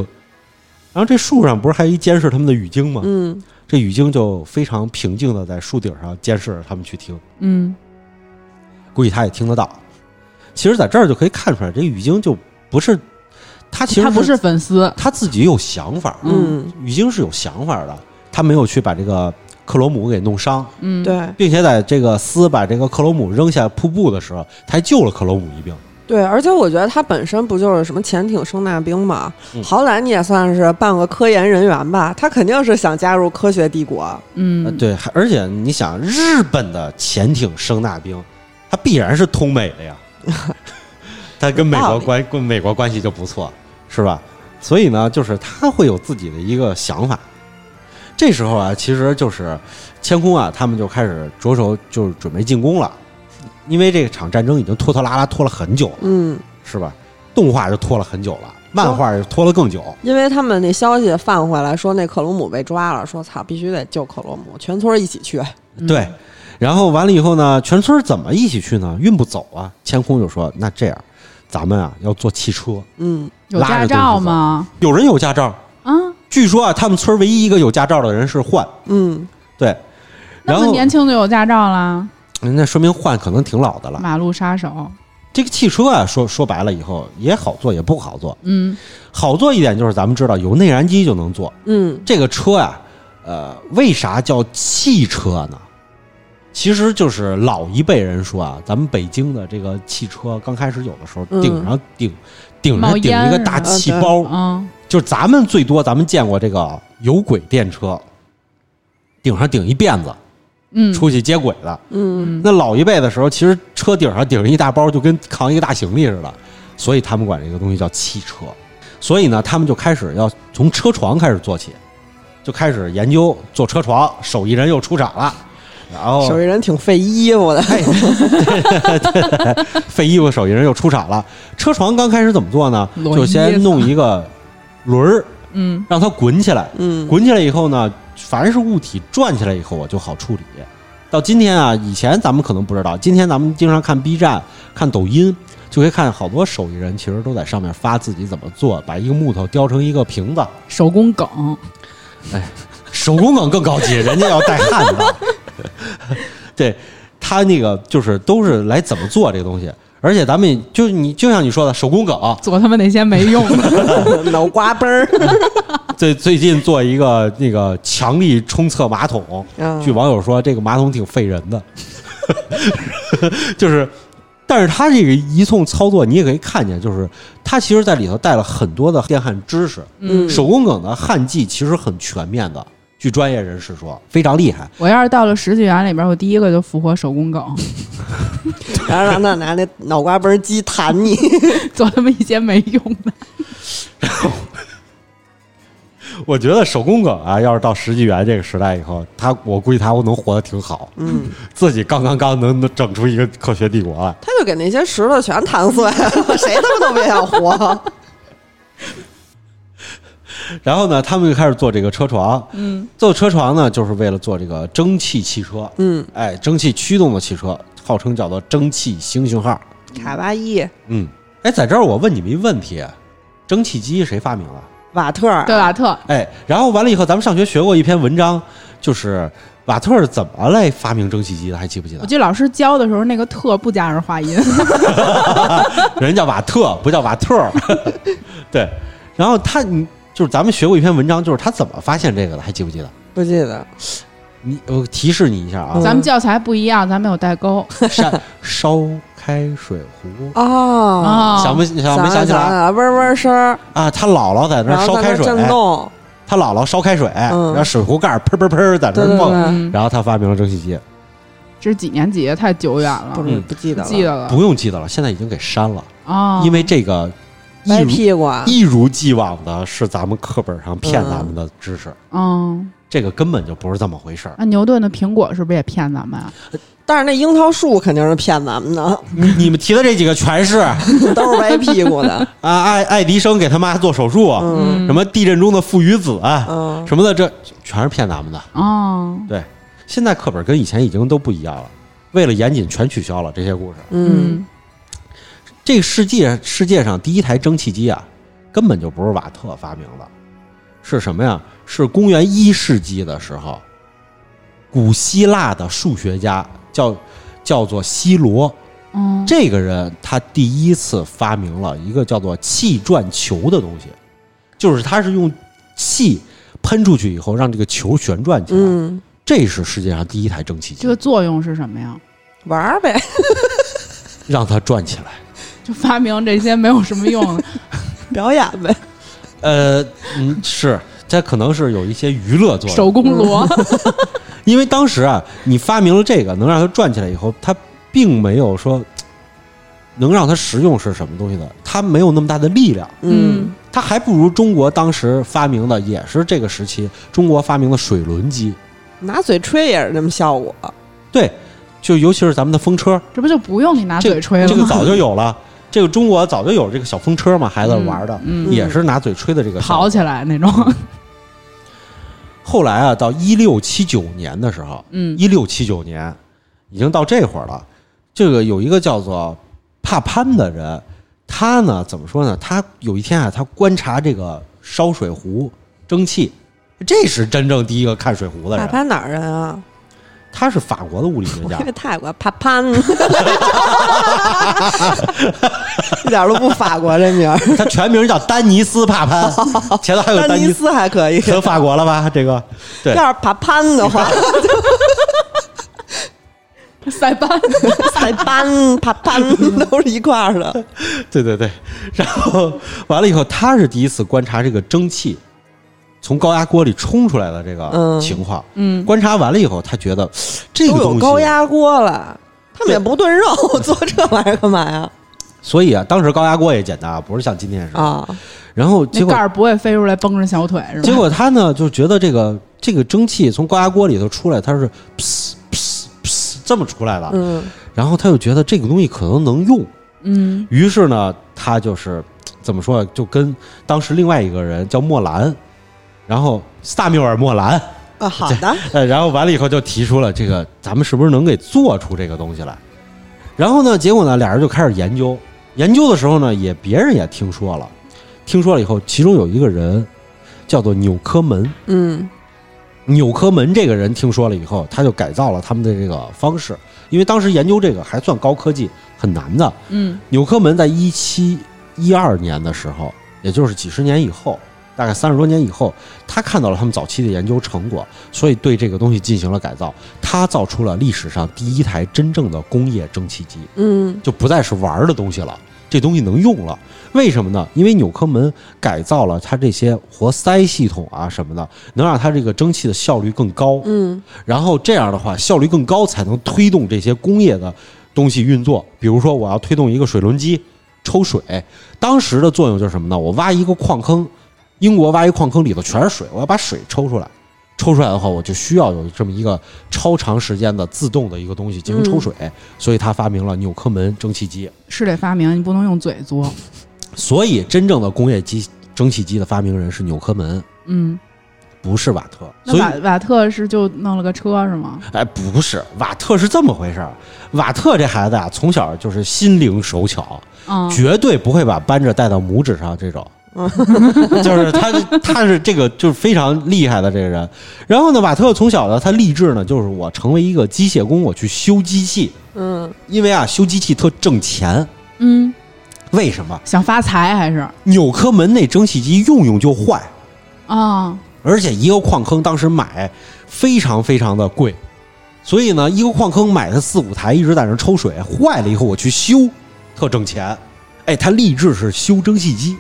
Speaker 2: 然后这树上不是还有一监视他们的语经吗？
Speaker 3: 嗯，
Speaker 2: 这语经就非常平静的在树顶上监视着他们去听。
Speaker 1: 嗯，
Speaker 2: 估计他也听得到。其实，在这儿就可以看出来，这语经就不是他，其实
Speaker 1: 他不是粉丝，
Speaker 2: 他自己有想法，
Speaker 3: 嗯，
Speaker 2: 语经是有想法的，他没有去把这个克罗姆给弄伤，
Speaker 1: 嗯，，
Speaker 3: 对
Speaker 2: 并且在这个斯把这个克罗姆扔下瀑布的时候，他还救了克罗姆一命。
Speaker 3: 对，而且我觉得他本身不就是什么潜艇声纳兵嘛，
Speaker 2: 嗯
Speaker 3: 好歹你也算是半个科研人员吧，他肯定是想加入科学帝国。
Speaker 2: 呃
Speaker 1: 嗯，，
Speaker 2: 对，还而且你想，日本的潜艇声纳兵，他必然是通美的呀，他跟美国关跟美国关系就不错，是吧？所以呢，就是他会有自己的一个想法。这时候啊，其实就是千空啊，他们就开始着手就是准备进攻了，因为这场战争已经拖拖拉拉拖了很久了，
Speaker 3: 嗯，
Speaker 2: 是吧？动画就拖了很久了，漫画就拖了更久。
Speaker 3: 因为他们那消息放回来说那克罗姆被抓了，说操，必须得救克罗姆，全村一起去。
Speaker 1: 嗯
Speaker 2: 对，然后完了以后呢，全村怎么一起去呢？运不走啊。千空就说：“那这样，咱们啊要坐汽车，
Speaker 3: 嗯，
Speaker 1: 有
Speaker 2: 拉
Speaker 1: 驾
Speaker 2: 着队
Speaker 1: 照
Speaker 2: 伍走
Speaker 1: 吗？
Speaker 2: 有人有驾照。
Speaker 1: 啊，
Speaker 2: 据说啊，他们村唯一一个有驾照的人是幻。
Speaker 3: 嗯，
Speaker 2: 对，然
Speaker 1: 那么
Speaker 2: 后
Speaker 1: 年轻就有驾照啦，
Speaker 2: 那说明幻可能挺老的了。
Speaker 1: 马路杀手。
Speaker 2: 这个汽车啊，说说白了以后也好做，也不好做。
Speaker 1: 嗯，
Speaker 2: 好做一点就是咱们知道有内燃机就能做。
Speaker 3: 嗯，
Speaker 2: 这个车啊，呃，为啥叫汽车呢？其实就是老一辈人说啊，咱们北京的这个汽车刚开始有的时候
Speaker 3: 嗯
Speaker 2: 顶上顶、顶
Speaker 1: 冒
Speaker 2: 上顶
Speaker 1: 烟
Speaker 2: 一个大气包，
Speaker 1: 嗯，
Speaker 2: 就是咱们最多咱们见过这个有轨电车，顶上顶一辫子
Speaker 1: 嗯，
Speaker 2: 出去接轨的。
Speaker 3: 嗯，
Speaker 2: 那老一辈的时候，其实车顶上顶着一大包，就跟扛一个大行李似的，所以他们管这个东西叫汽车。所以呢，他们就开始要从车床开始做起，就开始研究做车床。手艺人又出场了，然后
Speaker 3: 手艺人挺费衣服的。
Speaker 2: 哎 废衣服手艺人又出场了。车床刚开始怎么做呢？
Speaker 1: 摞
Speaker 2: 就
Speaker 1: 衣
Speaker 2: 先
Speaker 1: 服
Speaker 2: 弄一个轮儿，
Speaker 1: 嗯
Speaker 2: 让它滚起来。
Speaker 3: 嗯
Speaker 2: 滚起来以后呢，凡是物体转起来以后，我就好处理。到今天啊，以前咱们可能不知道，今天咱们经常看 B 站、看抖音，就可以看好多手艺人其实都在上面发自己怎么做，把一个木头雕成一个瓶子，
Speaker 1: 手工梗，
Speaker 2: 手工梗更高级，人家要带焊的。对他那个就是都是来怎么做这个东西，而且咱们就是你就像你说的手工梗，
Speaker 1: 做他妈那些没用 的。
Speaker 3: 脑瓜崩儿。
Speaker 2: 最最近做一个那个强力冲厕马桶，
Speaker 3: 嗯
Speaker 2: 据网友说这个马桶挺费人的， 就是，但是它这个一通操作你也可以看见，就是它其实在里头带了很多的电焊知识，
Speaker 3: 嗯
Speaker 2: 手工梗的焊技其实很全面的，据专业人士说非常厉害。
Speaker 1: 我要是到了十纪元里边，我第一个就复活手工 梗，
Speaker 3: 然后让他拿那脑瓜崩儿机弹你。
Speaker 1: 做他妈一些没用 的。
Speaker 2: 我觉得手工梗啊，要是到十纪元这个时代以后，他我估计他能活得挺好，
Speaker 3: 嗯，
Speaker 2: 自己刚刚刚能能整出一个科学帝国来。
Speaker 3: 他就给那些石头全弹碎了， 谁他妈都别想活。
Speaker 2: 然后呢，他们就开始做这个车床。嗯，做车床呢，就是为了做这个蒸汽汽车。
Speaker 3: 嗯，
Speaker 2: 哎，蒸汽驱动的汽车，号称叫做蒸汽星星号。
Speaker 3: 卡哇伊、
Speaker 2: 嗯，哎，在这儿我问你们一个问题：啊蒸汽机谁发明了？
Speaker 3: 瓦特尔，
Speaker 1: 对瓦特，
Speaker 2: 哎，然后完了以后，咱们上学学过一篇文章，就是瓦特怎么来发明蒸汽机的，还记不记
Speaker 1: 我
Speaker 2: 得？
Speaker 1: 记得老师教的时候，那个“特”不加儿化音。
Speaker 2: 人叫瓦特，不叫瓦特儿。 对，然后他，你就是咱们学过一篇文章，就是他怎么发现这个的，还记不记得？
Speaker 3: 不记得。
Speaker 2: 你我提示你一下啊，
Speaker 1: 咱们教材不一样，咱们有代沟
Speaker 3: 嗯
Speaker 2: 烧烧开水壶，嗯
Speaker 3: 哦，
Speaker 1: 啊。
Speaker 2: 想不想没想起来
Speaker 3: 啊？嗡嗡声儿，
Speaker 2: 啊？他姥姥在那
Speaker 3: 然
Speaker 2: 儿烧
Speaker 3: 后在那
Speaker 2: 开
Speaker 3: 儿
Speaker 2: 水，
Speaker 3: 震动，
Speaker 2: 他姥姥烧开水，然后水壶盖儿砰砰砰在那
Speaker 3: 对
Speaker 2: 儿
Speaker 3: 对
Speaker 2: 蹦，
Speaker 3: 对，
Speaker 1: 嗯，
Speaker 2: 然后他发明了蒸汽机，
Speaker 1: 这是几年级？太久远了
Speaker 3: 不，
Speaker 2: 嗯
Speaker 3: 是不记得了，
Speaker 1: 记得了
Speaker 2: 不用记得了，现在已经给删了，
Speaker 1: 啊，
Speaker 2: 因为这个一
Speaker 3: 哦歪
Speaker 2: 如
Speaker 3: 屁股啊，
Speaker 2: 一如既往的是咱们课本上骗咱们的知识，
Speaker 1: 嗯，
Speaker 2: 这个根本就不是这么回事儿。
Speaker 1: 那牛顿的苹果是不是也骗咱们啊？
Speaker 3: 但是那樱桃树肯定是骗咱们的，
Speaker 2: 你你们提的这几个全是啊，
Speaker 3: 都是歪屁 股的。
Speaker 2: 爱爱迪生给他妈做手术，
Speaker 3: 嗯
Speaker 2: 什么地震中的父与子啊，
Speaker 3: 嗯，
Speaker 2: 什么的，这全是骗咱们的。
Speaker 1: 哦，
Speaker 2: 对，现在课本跟以前已经都不一样了，为了严谨全取消了这些故事。
Speaker 3: 嗯，
Speaker 2: 这个世界世界上第一台蒸汽机啊，根本就不是瓦特发明的，是什么呀？是公元一世纪的时候，古希腊的数学家叫叫做希罗，
Speaker 1: 嗯，
Speaker 2: 这个人他第一次发明了一个叫做气转球的东西，就是他是用气喷出去以后，让这个球旋转起来。
Speaker 3: 嗯，
Speaker 2: 这是世界上第一台蒸汽机，
Speaker 1: 这个作用是什么呀？
Speaker 3: 玩儿呗，
Speaker 2: 让它转起来。
Speaker 1: 就发明这些没有什么用的，
Speaker 3: 表演呗。
Speaker 2: 呃，嗯，是，这可能是有一些娱乐作用，
Speaker 1: 手工锣，
Speaker 2: 因为当时啊，你发明了这个能让它转起来以后，它并没有说能让它实用是什么东西的，它没有那么大的力量，
Speaker 1: 嗯，
Speaker 2: 它还不如中国当时发明的，也是这个时期中国发明的水轮机。
Speaker 3: 拿嘴吹也是那么效果。
Speaker 2: 对，就尤其是咱们的风车，
Speaker 1: 这不就不用你拿
Speaker 2: 这
Speaker 1: 嘴
Speaker 2: 个
Speaker 1: 吹了
Speaker 2: 这
Speaker 1: 吗？
Speaker 2: 个 早就有了。这个中国早就有这个小风车嘛，孩子玩的、
Speaker 1: 嗯
Speaker 3: 嗯
Speaker 2: 也是拿嘴吹的这个效果
Speaker 1: 跑起来那种，
Speaker 2: 后来啊，到一六七九年的时候，
Speaker 1: 嗯，
Speaker 2: 一六七九年已经到这会儿了。这个有一个叫做帕潘的人，他呢怎么说呢？他有一天啊，他观察这个烧水壶蒸汽，这是真正第一个看水壶的
Speaker 3: 帕
Speaker 2: 人。
Speaker 3: 潘哪儿人啊？
Speaker 2: 他是法国的物理学
Speaker 3: 我
Speaker 2: 家
Speaker 3: 以为，泰国帕 潘，一点都不法国这名儿。
Speaker 2: 他全名叫丹尼斯·帕 潘，前头还有丹
Speaker 3: 丹尼
Speaker 2: 尼斯，
Speaker 3: 斯还 可以，
Speaker 2: 很法国了 吧？这个对，
Speaker 3: 要是帕潘的 话，
Speaker 1: 塞班
Speaker 3: 塞班帕潘 都是一块儿的。
Speaker 2: 对对对，然后完了以后，他是第一次观察这个蒸汽从高压锅里冲出来的这个
Speaker 3: 嗯
Speaker 2: 情况。
Speaker 1: 嗯
Speaker 2: 观察完了以后，他觉得 这
Speaker 3: 都
Speaker 2: 个
Speaker 3: 有
Speaker 2: 东
Speaker 3: 高
Speaker 2: 西，
Speaker 3: 压锅了，他们也不炖肉， 做这玩意儿干嘛呀？
Speaker 2: 所以啊，当时高压锅也简单啊，不是像今天似的。
Speaker 3: 啊，
Speaker 2: 然后结
Speaker 1: 那
Speaker 2: 果
Speaker 1: 盖儿不会飞出来崩着小腿是吧？
Speaker 2: 结果他呢就觉得这个这个蒸汽从高压锅里头出来，它是噗噗噗这么出来的，
Speaker 3: 嗯，
Speaker 2: 然后他就觉得这个东西可能能用，
Speaker 1: 嗯
Speaker 2: 于是呢，他就是怎么说，就跟当时另外一个人叫莫兰，然后萨缪尔·莫兰。
Speaker 3: 啊，好的，
Speaker 2: 呃，然后完了以后就提出了这个，咱们是不是能给做出这个东西来？然后呢，结果呢，俩人就开始研究。研究的时候呢，也别人也听说了，听说了以后，其中有一个人叫做纽科门。
Speaker 3: 嗯
Speaker 2: 纽科门这个人听说了以后，他就改造了他们的这个方式，因为当时研究这个还算高科技，很难的。
Speaker 1: 嗯
Speaker 2: 纽科门在一七一二年的时候，也就是几十年以后，大概三十多年以后，他看到了他们早期的研究成果，所以对这个东西进行了改造。他造出了历史上第一台真正的工业蒸汽机，
Speaker 3: 嗯
Speaker 2: 就不再是玩儿的东西了，这东西能用了。为什么呢？因为纽科门改造了它这些活塞系统啊什么的，能让它这个蒸汽的效率更高。
Speaker 3: 嗯
Speaker 2: 然后这样的话效率更高，才能推动这些工业的东西运作。比如说，我要推动一个水轮机抽水，当时的作用就是什么呢？我挖一个矿坑，英国挖一矿坑里头全是水，我要把水抽出来。抽出来的话，我就需要有这么一个超长时间的自动的一个东西进行抽水，所以他发明了纽科门蒸汽机。
Speaker 1: 是得发明，你不能用嘴作。
Speaker 2: 所以，真正的工业机蒸汽机的发明人是纽科门，
Speaker 1: 嗯，
Speaker 2: 不是瓦特。
Speaker 1: 那
Speaker 2: 所以
Speaker 1: 瓦瓦特是就弄了个车是吗？
Speaker 2: 哎，不是，瓦特是这么回事儿。瓦特这孩子啊，从小就是心灵手巧，
Speaker 1: 啊，
Speaker 2: 绝对不会把扳指带到拇指上这种。
Speaker 1: 嗯
Speaker 2: 就是他，他是这个就是非常厉害的这个人。然后呢，瓦特从小呢，他立志呢，就是我成为一个机械工，我去修机器，
Speaker 3: 嗯，
Speaker 2: 因为啊，修机器特挣钱。
Speaker 1: 嗯，
Speaker 2: 为什么？
Speaker 1: 想发财还是
Speaker 2: 纽科门那蒸汽机用用就坏，
Speaker 1: 啊？
Speaker 2: 而且一个矿坑当时买非常非常的贵，所以呢，一个矿坑买它四五台，一直在那儿抽水，坏了以后我去修，特挣钱。哎，他立志是修蒸汽机，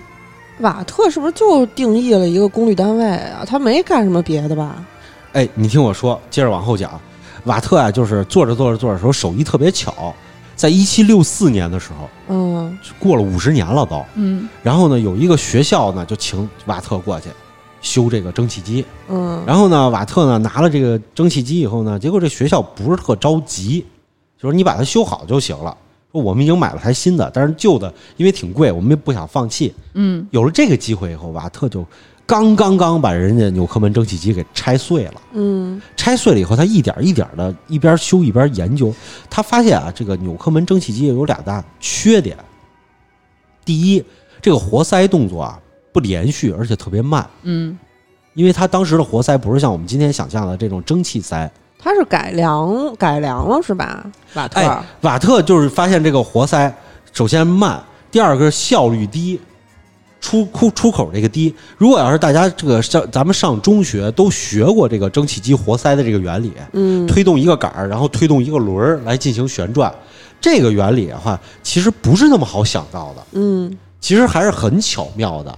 Speaker 3: 瓦特是不是就定义了一个功率单位啊？他没干什么别的吧？
Speaker 2: 哎，你听我说，接着往后讲，瓦特啊，就是做着做着做着的时候手艺特别巧，在一七六四年的时候，
Speaker 3: 嗯
Speaker 2: 过了五十年了都。
Speaker 1: 嗯
Speaker 2: 然后呢，有一个学校呢就请瓦特过去修这个蒸汽机，
Speaker 3: 嗯
Speaker 2: 然后呢，瓦特呢拿了这个蒸汽机以后呢，结果这学校不是特着急，就是你把它修好就行了。说我们已经买了台新的，但是旧的因为挺贵，我们也不想放弃。
Speaker 1: 嗯，
Speaker 2: 有了这个机会以后，瓦特就刚刚刚把人家纽科门蒸汽机给拆碎了。
Speaker 3: 嗯
Speaker 2: 拆碎了以后，他一点一点的，一边修一边研究。他发现啊，这个纽科门蒸汽机有俩大缺点。第一，这个活塞动作啊不连续，而且特别慢。
Speaker 1: 嗯
Speaker 2: 因为它当时的活塞不是像我们今天想象的这种蒸汽塞，
Speaker 3: 他是改良改良了是吧？瓦特，
Speaker 2: 哎，瓦特就是发现这个活塞，首先慢，第二个是效率低，出出出口这个低。如果要是大家这个上咱们上中学都学过这个蒸汽机活塞的这个原理，
Speaker 3: 嗯
Speaker 2: 推动一个杆儿，然后推动一个轮儿来进行旋转，这个原理的话，其实不是那么好想到的。
Speaker 3: 嗯
Speaker 2: 其实还是很巧妙的，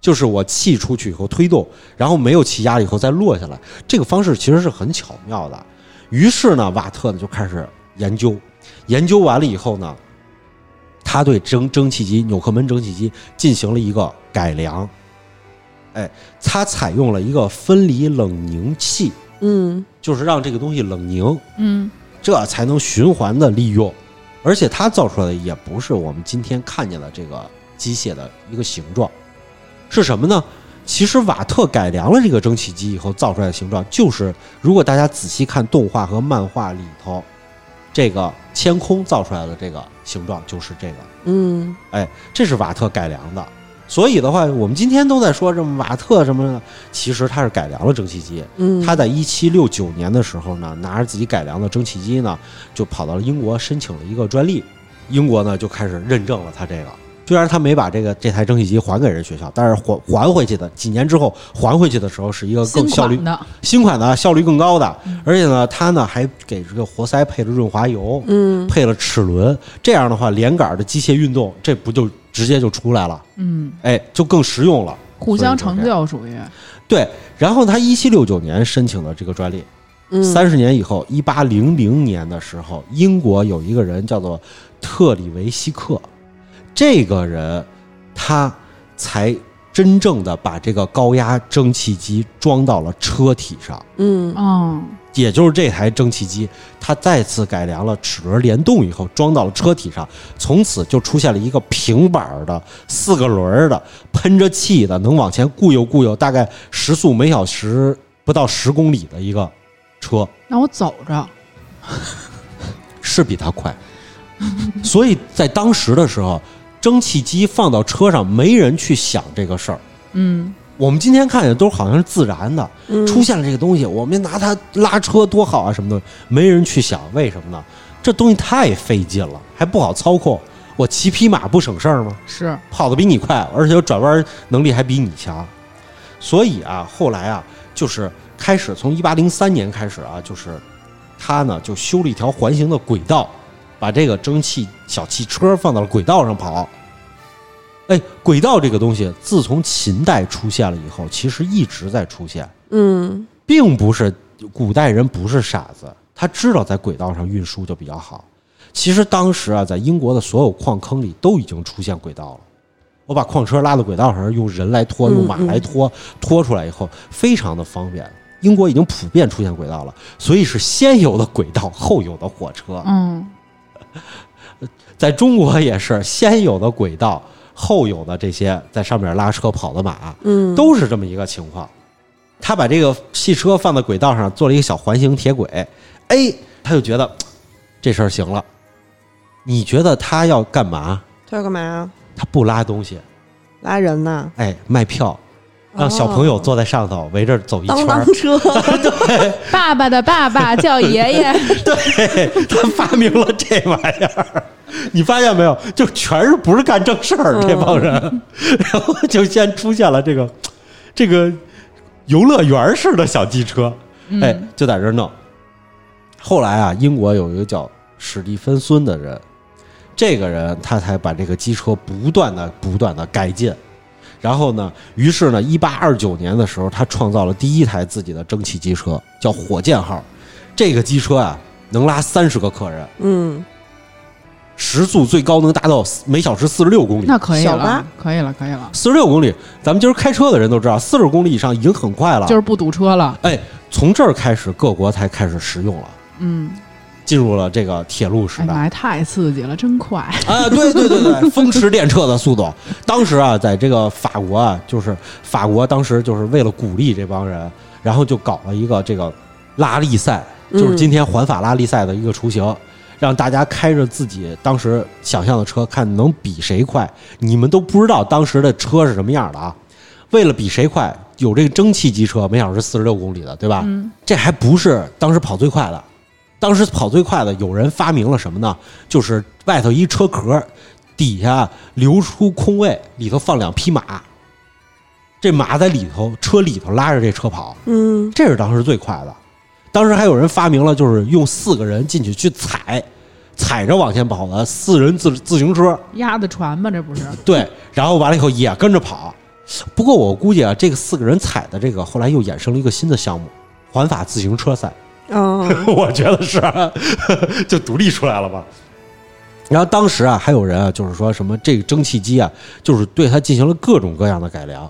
Speaker 2: 就是我气出去以后推动，然后没有气压以后再落下来，这个方式其实是很巧妙的。于是呢，瓦特呢就开始研究，研究完了以后呢，他对蒸蒸汽机纽克门蒸汽机进行了一个改良。哎，他采用了一个分离冷凝器，
Speaker 3: 嗯
Speaker 2: 就是让这个东西冷凝，
Speaker 1: 嗯
Speaker 2: 这才能循环的利用。而且它造出来的也不是我们今天看见的这个机械的一个形状，是什么呢？其实瓦特改良了这个蒸汽机以后造出来的形状，就是如果大家仔细看动画和漫画里头，这个天空造出来的这个形状就是这个
Speaker 3: 嗯，
Speaker 2: 哎，这是瓦特改良的。所以的话，我们今天都在说什么瓦特什么的，其实它是改良了蒸汽机。
Speaker 3: 嗯
Speaker 2: 他在一七六九年的时候呢，拿着自己改良的蒸汽机呢，就跑到了英国申请了一个专利。英国呢就开始认证了他这个。虽然他没把这个这台蒸汽机还给人学校，但是还还回去的几年之后还回去的时候是一个更
Speaker 1: 新
Speaker 2: 呃效率
Speaker 1: 款的，嗯
Speaker 2: 新款的效率更高的，而且呢，它呢还给这个活塞配了润滑油，
Speaker 3: 嗯
Speaker 2: 配了齿轮，这样的话，连杆的机械运动，这不就直接就出来了？
Speaker 1: 嗯，
Speaker 2: 哎，就更实用了。
Speaker 1: 互相成就属于，
Speaker 2: 对，然后他一七六九年申请的这个专利，
Speaker 3: 嗯
Speaker 2: 三十年以后，一八零零年的时候，英国有一个人叫做特里维希克，这个人他才真正的把这个高压蒸汽机装到了车体上。
Speaker 3: 嗯
Speaker 1: 哦，
Speaker 2: 也就是这台蒸汽机，它再次改良了齿轮联动以后，装到了车体上，从此就出现了一个平板儿的四个轮儿的喷着气的，能往前固悠固悠，大概时速每小时不到十公里的一个车，
Speaker 1: 那我走着，
Speaker 2: 是比它快。 所以在当时的时候，蒸汽机放到车上，没人去想这个事儿。
Speaker 1: 嗯，
Speaker 2: 我们今天看见都好像是自然的，出现了这个东西，我们拿它拉车多好啊，什么东西，没人去想，为什么呢？这东西太费劲了，还不好操控。我骑匹马不省事儿吗？
Speaker 1: 是，
Speaker 2: 跑得比你快，而且我转弯能力还比你强。所以啊，后来啊，就是开始从一八零三年开始啊，就是他呢就修了一条环形的轨道，把这个蒸汽小汽车放到了轨道上跑。哎，轨道这个东西，自从秦代出现了以后，其实一直在出现，
Speaker 3: 嗯
Speaker 2: 并不是古代人不是傻子，他知道在轨道上运输就比较好。其实当时啊，在英国的所有矿坑里都已经出现轨道了。我把矿车拉到轨道上，用人来拖，
Speaker 3: 嗯
Speaker 2: 用马来拖，拖出来以后非常的方便。英国已经普遍出现轨道了，所以是先有的轨道，后有的火车。
Speaker 1: 嗯，
Speaker 2: 在中国也是先有的轨道，后有的这些在上面拉车跑的马，
Speaker 3: 嗯
Speaker 2: 都是这么一个情况。他把这个汽车放在轨道上，做了一个小环形铁轨。哎，他就觉得嘖这事儿行了。你觉得他要干嘛？
Speaker 3: 他要干嘛呀？
Speaker 2: 他不拉东西，
Speaker 3: 拉人呐，
Speaker 2: 哎，卖票，让小朋友坐在上头，围着走一
Speaker 3: 当
Speaker 2: 圈
Speaker 3: 当
Speaker 2: 儿。
Speaker 3: 车，
Speaker 1: 爸爸的爸爸叫爷 爷，
Speaker 2: 对， 他发明了这玩意儿，你发现没有？就全是不是干正事儿这帮人， 然后就先出现了这个这个游乐园式的小汽车，哎，就在这儿弄。后来啊，英国有一个叫史蒂芬孙的人，这个人他才把这个机车不断的不断的改进。然后呢，于是呢，一八二九年的时候，他创造了第一台自己的蒸汽机车，叫火箭号。这个机车啊，能拉三十个客人，
Speaker 3: 嗯
Speaker 2: 时速最高能达到每小时四十六公里
Speaker 1: 那。可以
Speaker 3: 小巴
Speaker 1: 了，可以了，可以了，
Speaker 2: 四十六公里，咱们今儿开车的人都知道，四十公里以上已经很快了。
Speaker 1: 就是不堵车了，
Speaker 2: 哎，从这儿开始，各国才开始使用了，
Speaker 1: 嗯，
Speaker 2: 进入了这个铁路时
Speaker 1: 哎呀
Speaker 2: 代。
Speaker 1: 妈呀，太刺激了，真快，
Speaker 2: 啊，对对对对，风驰电掣的速度。当时啊，在这个法国啊，就是法国当时就是为了鼓励这帮人，然后就搞了一个这个拉力赛，就是今天环法拉力赛的一个雏形。让大家开着自己当时想象的车，看能比谁快。你们都不知道当时的车是什么样的啊！为了比谁快，有这个蒸汽机车每小时四十六公里的，对吧？
Speaker 1: 嗯
Speaker 2: 这还不是当时跑最快的，当时跑最快的有人发明了什么呢？就是外头一车壳，底下留出空位，里头放两匹马，这马在里头车里头拉着这车跑，
Speaker 3: 嗯
Speaker 2: 这是当时最快的。当时还有人发明了，就是用四个人进去去踩，踩着往前跑的四人自自行车，
Speaker 1: 压的船吧，这不是，
Speaker 2: 对，然后完了以后也跟着跑。不过我估计啊，这个四个人踩的这个后来又衍生了一个新的项目——环法自行车赛。
Speaker 3: 哦，
Speaker 2: 啊我觉得是，就独立出来了吧。然后当时啊，还有人啊，就是说什么这个蒸汽机啊，就是对它进行了各种各样的改良，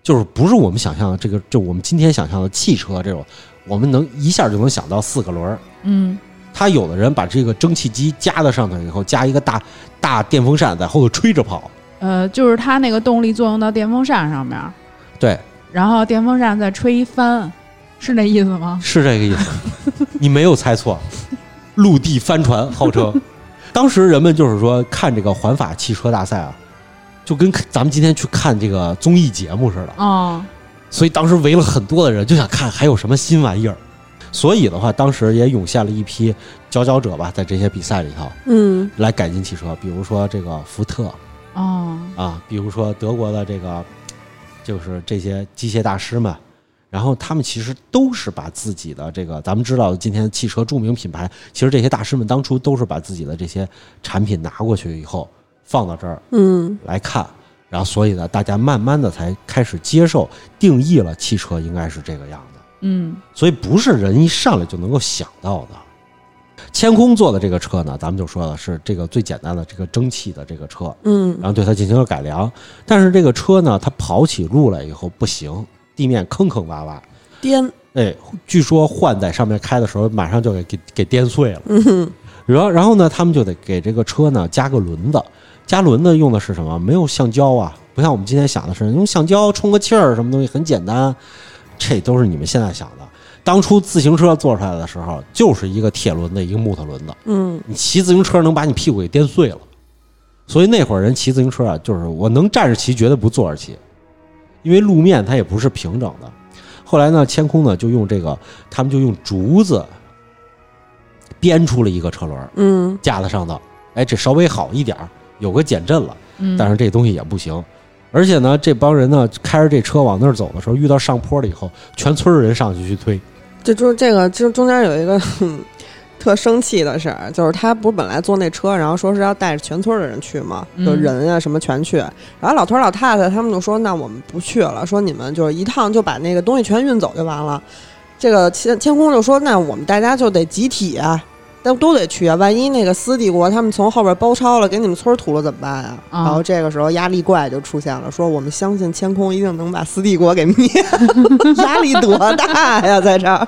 Speaker 2: 就是不是我们想象的这个，就我们今天想象的汽车这种，我们能一下就能想到四个轮儿。
Speaker 1: 嗯，
Speaker 2: 他有的人把这个蒸汽机加到上头以后，加一个大大电风扇在后头吹着跑，
Speaker 1: 呃，就是它那个动力作用到电风扇上面，
Speaker 2: 对，
Speaker 1: 然后电风扇再吹一翻，是那意思吗？
Speaker 2: 是这个意思，你没有猜错，陆地帆船号称。当时人们就是说看这个环法汽车大赛啊，就跟咱们今天去看这个综艺节目似的，
Speaker 1: 哦，
Speaker 2: 所以当时围了很多的人，就想看还有什么新玩意儿。所以的话，当时也涌现了一批佼佼者吧，在这些比赛里头
Speaker 3: 嗯，
Speaker 2: 来改进汽车，比如说这个福特
Speaker 1: 哦，
Speaker 2: 啊，比如说德国的这个，就是这些机械大师们，然后他们其实都是把自己的这个，咱们知道今天汽车著名品牌，其实这些大师们当初都是把自己的这些产品拿过去以后放到这儿
Speaker 3: 嗯，
Speaker 2: 来看，然后所以呢，大家慢慢的才开始接受定义了汽车应该是这个样子。
Speaker 1: 嗯，
Speaker 2: 所以不是人一上来就能够想到的。千空做的这个车呢，咱们就说了是这个最简单的这个蒸汽的这个车，
Speaker 3: 嗯，
Speaker 2: 然后对它进行了改良。但是这个车呢，它跑起路来以后不行，地面坑坑洼洼，
Speaker 3: 颠，
Speaker 2: 哎，据说换在上面开的时候，马上就给给给颠碎了。
Speaker 3: 嗯哼，
Speaker 2: 然后然后呢，他们就得给这个车呢加个轮子，加轮子用的是什么？没有橡胶啊，不像我们今天想的是用橡胶充个气儿，什么东西很简单，这都是你们现在想的。当初自行车做出来的时候，就是一个铁轮子，一个木头轮子，
Speaker 3: 嗯，
Speaker 2: 你骑自行车能把你屁股给颠碎了。所以那会儿人骑自行车啊，就是我能站着骑，绝对不坐着骑，因为路面它也不是平整的。后来呢，千空呢就用这个，他们就用竹子编出了一个车轮儿，
Speaker 3: 嗯，
Speaker 2: 架子上的，哎，这稍微好一点儿，有个减震了，
Speaker 1: 嗯，
Speaker 2: 但是这东西也不行。而且呢，这帮人呢开着这车往那儿走的时候，遇到上坡了以后，全村儿人上去去推，
Speaker 3: 这就是这个，就中间有一个哼特生气的事儿，就是他不是本来坐那车，然后说是要带着全村的人去嘛，
Speaker 1: 嗯
Speaker 3: 就人啊什么全去，然后老头儿老太太他们就说，那我们不去了，说你们就是一趟就把那个东西全运走就完了。这个千千空就说，那我们大家就得集体啊，都都得去啊，万一那个私帝国他们从后边包抄了，给你们村儿屠了怎么办啊？
Speaker 1: 啊
Speaker 3: 然后这个时候压力怪就出现了，说我们相信千空一定能把私帝国给灭， 压力多大呀，在这儿。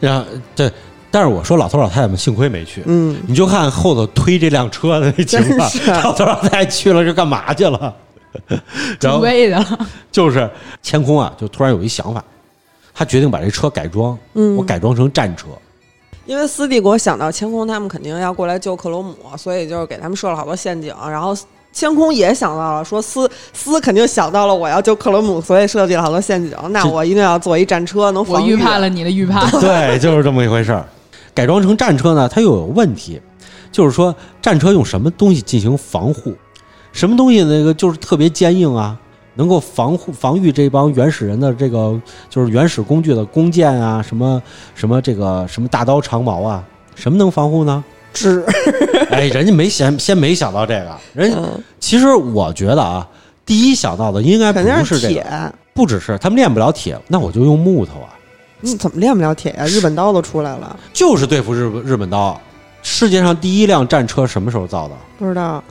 Speaker 2: 然后对，但是我说老头老太太们幸亏没去，
Speaker 3: 嗯，
Speaker 2: 你就看后头推这辆车的那情况
Speaker 3: 真，是啊
Speaker 2: 老头老太太去了是干嘛去了？ 然后
Speaker 1: 喂的了，
Speaker 2: 就是千空啊，就突然有一想法，他决定把这车改装，
Speaker 3: 嗯
Speaker 2: 我改装成战车，
Speaker 3: 因为斯帝国想到千空他们肯定要过来救克罗姆，所以就是给他们设了好多陷阱。然后千空也想到了，说斯斯肯定想到了我要救克罗姆，所以设计了好多陷阱。那
Speaker 2: 这
Speaker 3: 我一定要做一战车，能
Speaker 1: 我
Speaker 3: 防
Speaker 1: 预判了你的嗯预 判，
Speaker 2: 对，就是这么一回事儿。改装成战车呢，它又有问题，就是说战车用什么东西进行防护？什么东西那个就是特别坚硬啊，能够防护防御这帮原始人的这个就是原始工具的弓箭啊，什么什么这个什么大刀长矛啊，什么能防护呢？
Speaker 3: 纸。
Speaker 2: 哎，人家没先先没想到这个，人家
Speaker 3: 嗯
Speaker 2: 其实我觉得啊，第一想到的应该
Speaker 3: 肯定
Speaker 2: 不是这
Speaker 3: 铁
Speaker 2: 个，，不只是他们练不了铁，那我就用木头啊。
Speaker 3: 你怎么练不了铁呀？日本刀都出来了，
Speaker 2: 就是对付日本日本刀。世界上第一辆战车什么时候造的？
Speaker 3: 不知道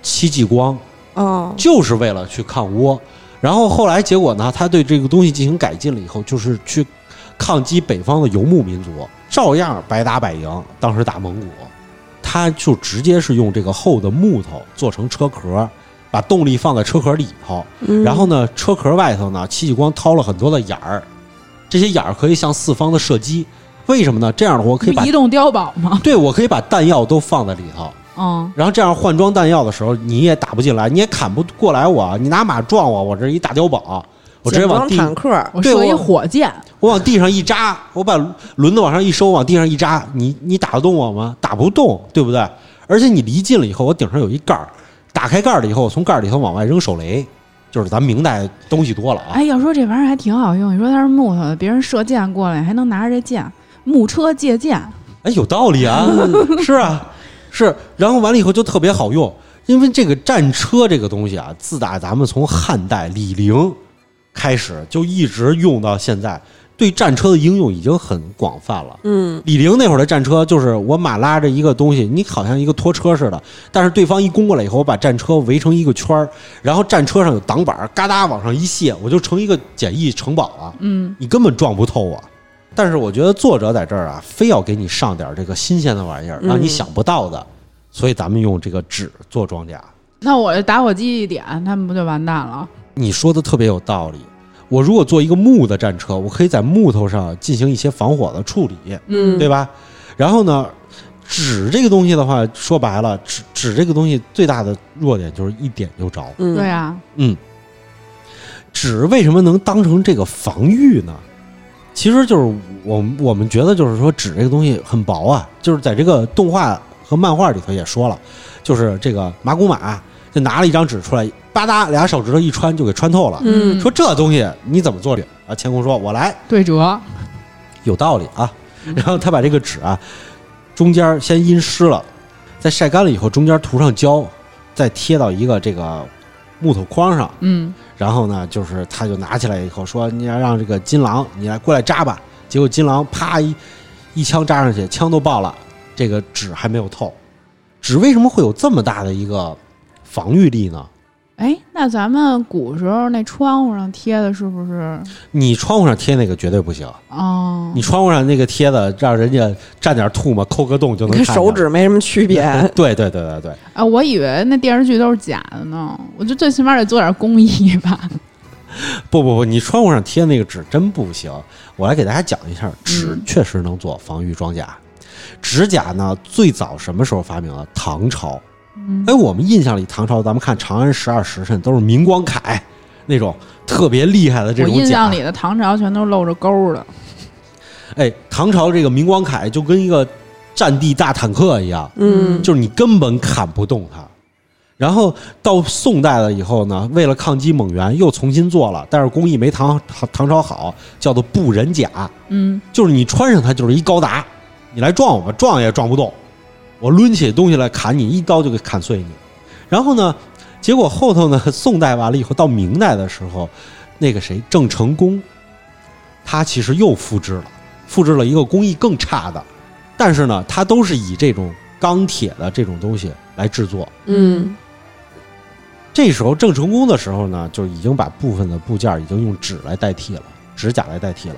Speaker 2: 戚继光
Speaker 3: 哦。
Speaker 2: 就是为了去抗倭，然后后来结果呢，他对这个东西进行改进了以后，就是去抗击北方的游牧民族，照样百打百赢。当时打蒙古，他就直接是用这个厚的木头做成车壳，把动力放在车壳里头，
Speaker 3: 嗯
Speaker 2: 然后呢，车壳外头呢，戚继光掏了很多的眼儿，这些眼儿可以向四方的射击。为什么呢？这样的话我可以把
Speaker 1: 不移动碉堡吗？
Speaker 2: 对，我可以把弹药都放在里头，
Speaker 1: 嗯，
Speaker 2: 然后这样换装弹药的时候，你也打不进来，你也砍不过来我，你拿马撞我，我这一大碉堡，我直接
Speaker 3: 简
Speaker 2: 往
Speaker 3: 装
Speaker 2: 地，
Speaker 3: 坦克，
Speaker 1: 我
Speaker 2: 对
Speaker 1: 射一
Speaker 2: 我啊
Speaker 1: 火箭，
Speaker 2: 我往地上一扎，我把轮子往上一收，往地上一扎，你你打得动我吗？打不动，对不对？而且你离近了以后，我顶上有一盖儿，打开盖儿了以后，我从盖儿里头往外扔手雷，就是咱明代东西多了啊，
Speaker 1: 哎，要说这玩意儿还挺好用，你说它是木头的，别人射箭过来还能拿着这箭，木车借箭，
Speaker 2: 哎，有道理啊，是啊，是。然后完了以后就特别好用，因为这个战车这个东西啊，自打咱们从汉代李陵开始，就一直用到现在。对战车的应用已经很广泛了。
Speaker 3: 嗯，
Speaker 2: 李宁那会儿的战车就是我马拉着一个东西，你好像一个拖车似的，但是对方一攻过来以后，我把战车围成一个圈儿，然后战车上有挡板儿，嘎哒往上一卸，我就成一个简易城堡了，
Speaker 1: 嗯，
Speaker 2: 你根本撞不透啊我。但是我觉得作者在这儿啊，非要给你上点儿这个新鲜的玩意儿，让你
Speaker 3: 嗯
Speaker 2: 想不到的，所以咱们用这个纸做装甲。
Speaker 1: 那我这打火机一点，他们不就完蛋了？
Speaker 2: 你说的特别有道理。我如果做一个木的战车，我可以在木头上进行一些防火的处理，
Speaker 3: 嗯
Speaker 2: 对吧？然后呢，纸这个东西的话，说白了，纸纸这个东西最大的弱点就是一点就着。
Speaker 3: 嗯，
Speaker 1: 对啊，
Speaker 2: 纸为什么能当成这个防御呢？其实就是我们我们觉得就是说纸这个东西很薄啊，就是在这个动画和漫画里头也说了，就是这个马古马就拿了一张纸出来，吧嗒俩手指头一穿就给穿透了。
Speaker 3: 嗯
Speaker 2: 说这东西你怎么做的啊？乾坤说：“我来，
Speaker 1: 对折，
Speaker 2: 有道理啊。”然后他把这个纸啊，中间先阴湿了，在晒干了以后，中间涂上胶，再贴到一个这个木头框上。
Speaker 1: 嗯
Speaker 2: 然后呢，就是他就拿起来以后说：“你要让这个金狼，你来过来扎吧。”结果金狼啪一一枪扎上去，枪都爆了，这个纸还没有透。纸为什么会有这么大的一个防御力呢？
Speaker 1: 哎，那咱们古时候那窗户上贴的是不是？
Speaker 2: 你窗户上贴那个绝对不行，
Speaker 1: 哦，
Speaker 2: 你窗户上那个贴的，让人家蘸点吐沫抠个洞就能
Speaker 3: 跟
Speaker 2: 看见
Speaker 3: 手。指没什么区别。
Speaker 2: 对对对对对，
Speaker 1: 啊，我以为那电视剧都是假的呢，我就最起码得做点公益吧。
Speaker 2: 不不不，你窗户上贴那个纸真不行。我来给大家讲一下，纸
Speaker 1: 嗯
Speaker 2: 确实能做防御装甲。指甲呢，最早什么时候发明啊？唐朝。
Speaker 1: 嗯
Speaker 2: 哎，我们印象里唐朝，咱们看《长安十二时辰》都是明光铠那种特别厉害的这
Speaker 1: 我
Speaker 2: 种
Speaker 1: 印
Speaker 2: 甲
Speaker 1: 象。里的唐朝全都露着钩儿的，
Speaker 2: 哎，唐朝这个明光铠就跟一个战地大坦克一样，
Speaker 3: 嗯，
Speaker 2: 就是你根本砍不动它。然后到宋代了以后呢，为了抗击蒙元，又重新做了，但是工艺没唐唐唐朝好，叫做布人甲，
Speaker 1: 嗯
Speaker 2: 就是你穿上它就是一高达，你来撞我吧，撞也撞不动，我抡起东西来砍你，一刀就给砍碎你。然后呢，结果后头呢，宋代完了以后，到明代的时候，那个谁郑成功，他其实又复制了，复制了一个工艺更差的，但是呢，它都是以这种钢铁的这种东西来制作。
Speaker 3: 嗯
Speaker 2: 这时候郑成功的时候呢，就已经把部分的部件已经用纸来代替了，指甲来代替了。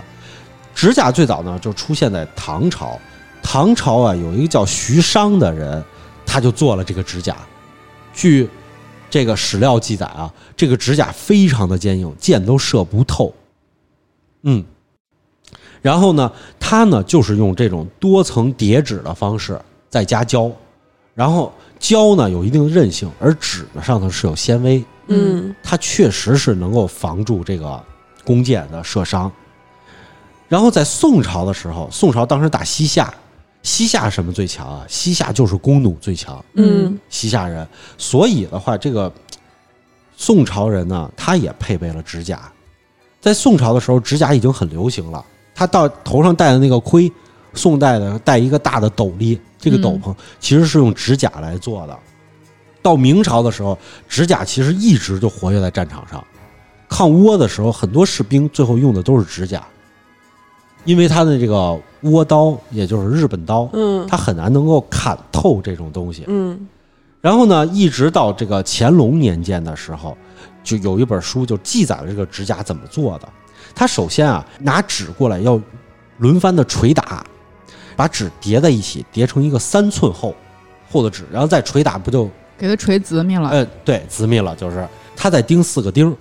Speaker 2: 指甲最早呢就出现在唐朝，唐朝啊有一个叫徐商的人，他就做了这个指甲。据这个史料记载啊，这个指甲非常的坚硬，箭都射不透。嗯，然后呢，他呢就是用这种多层叠纸的方式再加胶，然后胶呢有一定的韧性，而纸呢上头是有纤维，
Speaker 3: 嗯
Speaker 2: 它确实是能够防住这个弓箭的射伤。然后在宋朝的时候，宋朝当时打西夏，西夏什么最强啊？西夏就是弓弩最强，
Speaker 3: 嗯
Speaker 2: 西夏人。所以的话，这个宋朝人呢，他也配备了指甲。在宋朝的时候，指甲已经很流行了。他到头上戴的那个盔，宋代的戴一个大的斗笠，这个斗篷、其实是用指甲来做的。到明朝的时候，指甲其实一直就活跃在战场上。抗倭的时候，很多士兵最后用的都是指甲，因为他的这个倭刀，也就是日本刀，
Speaker 3: 嗯
Speaker 2: 它很难能够砍透这种东西。
Speaker 3: 嗯
Speaker 2: 然后呢，一直到这个乾隆年间的时候，就有一本书就记载了这个指甲怎么做的。他首先啊，拿纸过来要轮番的捶打，把纸叠在一起，叠成一个三寸厚厚的纸，然后再捶打，不就
Speaker 1: 给它锤紫密了。
Speaker 2: 呃对紫密了？就是他再钉四个钉儿，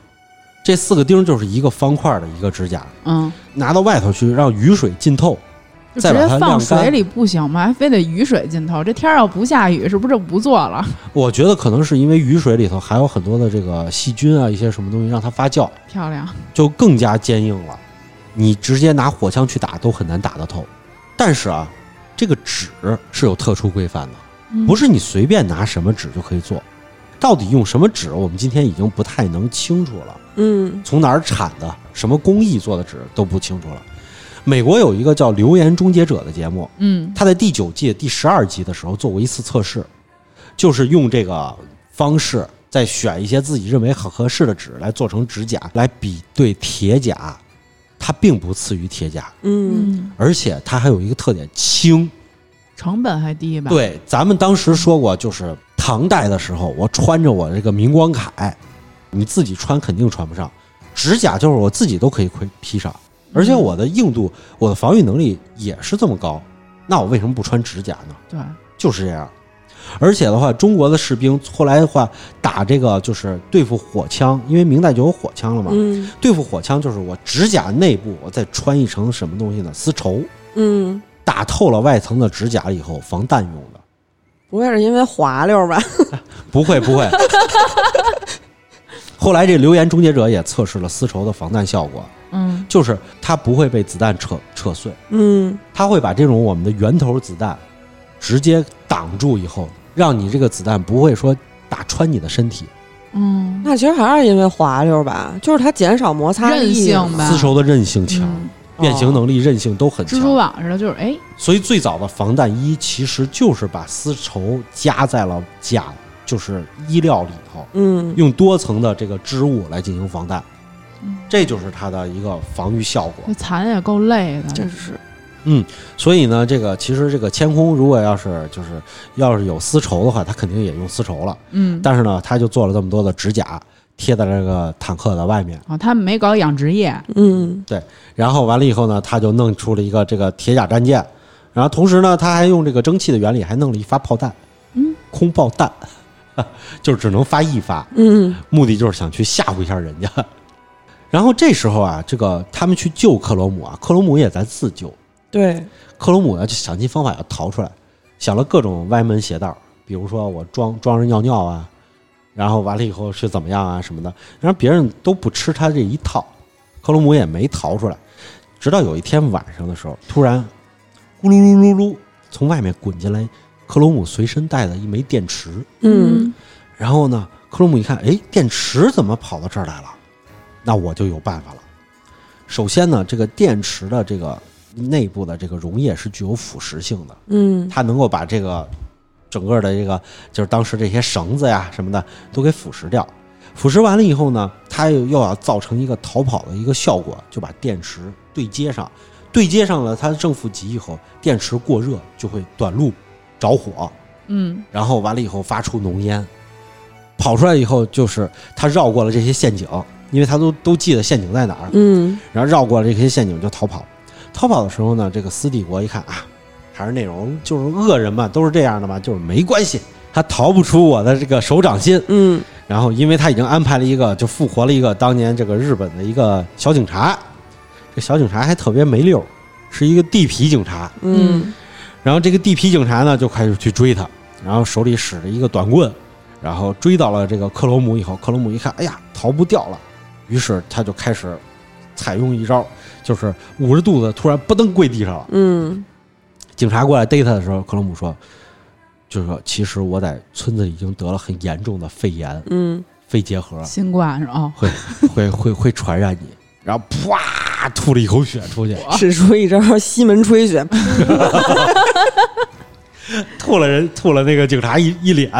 Speaker 2: 这四个钉儿就是一个方块的一个指甲，
Speaker 1: 嗯，
Speaker 2: 拿到外头去让雨水浸透，
Speaker 1: 就
Speaker 2: 再
Speaker 1: 直
Speaker 2: 把
Speaker 1: 接
Speaker 2: 它
Speaker 1: 放
Speaker 2: 晾
Speaker 1: 水
Speaker 2: 干。
Speaker 1: 里不行吗？还非得雨水浸透？这天儿要不下雨，是不是就不做 了？
Speaker 2: 我觉得可能是因为雨水里头还有很多的这个细菌啊，一些什么东西让它发酵。
Speaker 1: 漂亮，
Speaker 2: 就更加坚硬了。你直接拿火枪去打都很难打得透。但是啊，这个纸是有特殊规范的，
Speaker 1: 嗯
Speaker 2: 不是你随便拿什么纸就可以做。到底用什么纸，我们今天已经不太能清楚了。
Speaker 3: 嗯
Speaker 2: 从哪儿产的，什么工艺做的纸都不清楚了。美国有一个叫《流言终结者》的节目，
Speaker 1: 嗯
Speaker 2: 他在第九届第十二集的时候做过一次测试，就是用这个方式再选一些自己认为很合适的纸来做成指甲，来比对铁甲。它并不次于铁甲，
Speaker 3: 嗯，
Speaker 1: 嗯，
Speaker 2: 而且它还有一个特点轻。
Speaker 1: 成本还低吧？，
Speaker 2: 对，咱们当时说过，就是唐代的时候，我穿着我这个明光铠，你自己穿肯定穿不上，指甲就是我自己都可以盔披上，而且我的硬度、我的防御能力也是这么高，那我为什么不穿指甲呢？
Speaker 1: 对，
Speaker 2: 就是这样。而且的话，中国的士兵后来的话打这个就是对付火枪，因为明代就有火枪了嘛。
Speaker 3: 嗯
Speaker 2: 对付火枪就是我指甲内部我再穿一层什么东西呢？丝绸，
Speaker 3: 嗯，
Speaker 2: 打透了外层的指甲以后防弹用的。
Speaker 3: 不会是因为滑溜吧？
Speaker 2: 不会 不会。后来这流言终结者也测试了丝绸的防弹效果，
Speaker 1: 嗯
Speaker 2: 就是它不会被子弹扯扯碎，
Speaker 3: 嗯
Speaker 2: 它会把这种我们的圆头子弹直接挡住以后，让你这个子弹不会说打穿你的身体。
Speaker 1: 嗯，
Speaker 3: 那其实还是因为滑溜吧，就是它减少摩擦力
Speaker 1: 韧性吧
Speaker 2: 丝绸的韧性强，
Speaker 1: 嗯
Speaker 2: 变形能力、韧性都很
Speaker 1: 蜘蛛
Speaker 2: 强，
Speaker 1: 网似的，就是哎，
Speaker 2: 所以最早的防弹衣其实就是把丝绸加在了甲就是衣料里头。
Speaker 3: 嗯
Speaker 2: 用多层的这个织物来进行防弹
Speaker 1: 嗯，
Speaker 2: 这就是它的一个防御效
Speaker 1: 这
Speaker 2: 果。
Speaker 1: 蚕也够累的，
Speaker 3: 真是
Speaker 2: 所以呢，这个其实这个千空如果要是就是要是有丝绸的话，它肯定也用丝绸了。
Speaker 1: 嗯，
Speaker 2: 但是呢，它就做了这么多的指甲贴在这个坦克的外面，
Speaker 1: 啊，他们没搞养殖业，
Speaker 3: 嗯
Speaker 2: 然后完了以后呢，他就弄出了一个这个铁甲战舰，然后同时呢，他还用这个蒸汽的原理还弄了一发炮弹，
Speaker 1: 嗯，
Speaker 2: 空爆弹， 就是只能发一发。
Speaker 3: 嗯
Speaker 2: 目的就是想去吓唬一下人家。然后这时候啊，这个他们去救克罗姆啊，克罗姆也在自救。
Speaker 3: 对，
Speaker 2: 克罗姆呢就想尽方法要逃出来，想了各种歪门邪道，比如说我装装人尿尿啊，然后完了以后是怎么样啊什么的，然后别人都不吃他这一套，克罗姆也没逃出来。直到有一天晚上的时候，突然咕噜噜噜噜从外面滚进来，克罗姆随身带的一枚电池，
Speaker 3: 嗯
Speaker 2: 然后呢，克鲁姆一看，哎，电池怎么跑到这儿来了？那我就有办法了。首先呢，这个电池的这个内部的这个溶液是具有腐蚀性的，
Speaker 3: 嗯
Speaker 2: 它能够把这个整个的这个就是当时这些绳子呀什么的都给腐蚀掉。腐蚀完了以后呢，它又又要造成一个逃跑的一个效果，就把电池对接上，对接上了它正负极以后，电池过热就会短路着火，
Speaker 1: 嗯
Speaker 2: 然后完了以后发出浓烟，跑出来以后就是他绕过了这些陷阱，因为他都都记得陷阱在哪儿，
Speaker 3: 嗯
Speaker 2: 然后绕过了这些陷阱就逃跑。逃跑的时候呢，这个斯帝国一看啊，还是那种就是恶人嘛，都是这样的嘛，就是没关系，他逃不出我的这个手掌心。
Speaker 3: 嗯
Speaker 2: 然后，因为他已经安排了一个，就复活了一个当年这个日本的一个小警察，这小警察还特别没溜儿，是一个地痞警察。
Speaker 3: 嗯
Speaker 2: 然后这个地痞警察呢就开始去追他，然后手里使着一个短棍，然后追到了这个克罗姆以后，克罗姆一看，哎呀，逃不掉了，于是他就开始采用一招，就是捂着肚子突然扑噔跪地上了。
Speaker 3: 嗯
Speaker 2: 警察过来逮他的时候，克罗姆说，就是说其实我在村子已经得了很严重的肺炎、
Speaker 3: 嗯
Speaker 2: 肺结核，
Speaker 1: 新冠是哦吧？
Speaker 2: 会会会会传染你。然后啪吐了一口血出去，
Speaker 3: 使出一招西门吹雪，
Speaker 2: 吐了人，吐了那个警察一一脸，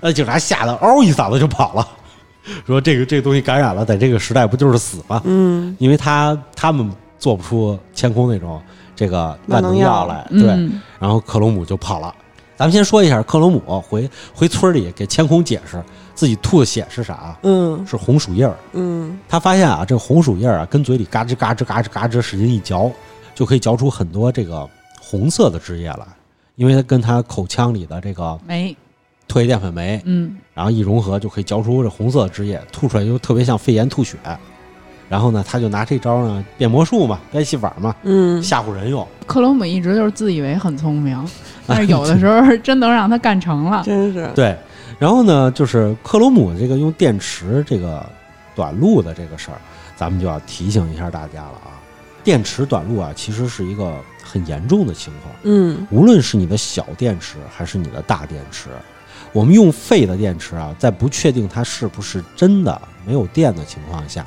Speaker 2: 那警察吓得嗷一嗓子就跑了， 说这个这个东西感染了，在这个时代不就是死吗？
Speaker 3: 嗯
Speaker 2: 因为他他们做不出千空那种这个万能药来，对。
Speaker 1: 嗯，
Speaker 2: 然后克隆姆就跑了。咱们先说一下克隆姆回回村里给千空解释自己吐的血是啥，
Speaker 3: 嗯
Speaker 2: 是红薯叶儿。
Speaker 3: 嗯
Speaker 2: 他发现啊，这红薯叶儿啊，跟嘴里嘎吱嘎吱嘎吱嘎吱使劲一嚼，就可以嚼出很多这个红色的汁液来，因为它跟他口腔里的这个
Speaker 1: 没，
Speaker 2: 唾液淀粉酶，
Speaker 1: 嗯
Speaker 2: 然后一融合就可以嚼出这红色的汁液，吐出来就特别像肺炎吐血。然后呢，他就拿这招呢变魔术嘛，变戏法嘛，
Speaker 3: 嗯，
Speaker 2: 吓唬人用。
Speaker 1: 克罗姆一直就是自以为很聪 明，但是有的时候真能让他干成了。
Speaker 3: 真是
Speaker 2: 对，然后呢，就是克罗姆这个用电池这个短路的这个事儿，咱们就要提醒一下大家了啊。电池短路啊，其实是一个很严重的情况，
Speaker 3: 嗯
Speaker 2: 无论是你的小电池还是你的大电池。我们用废的电池啊，在不确定它是不是真的没有电的情况下，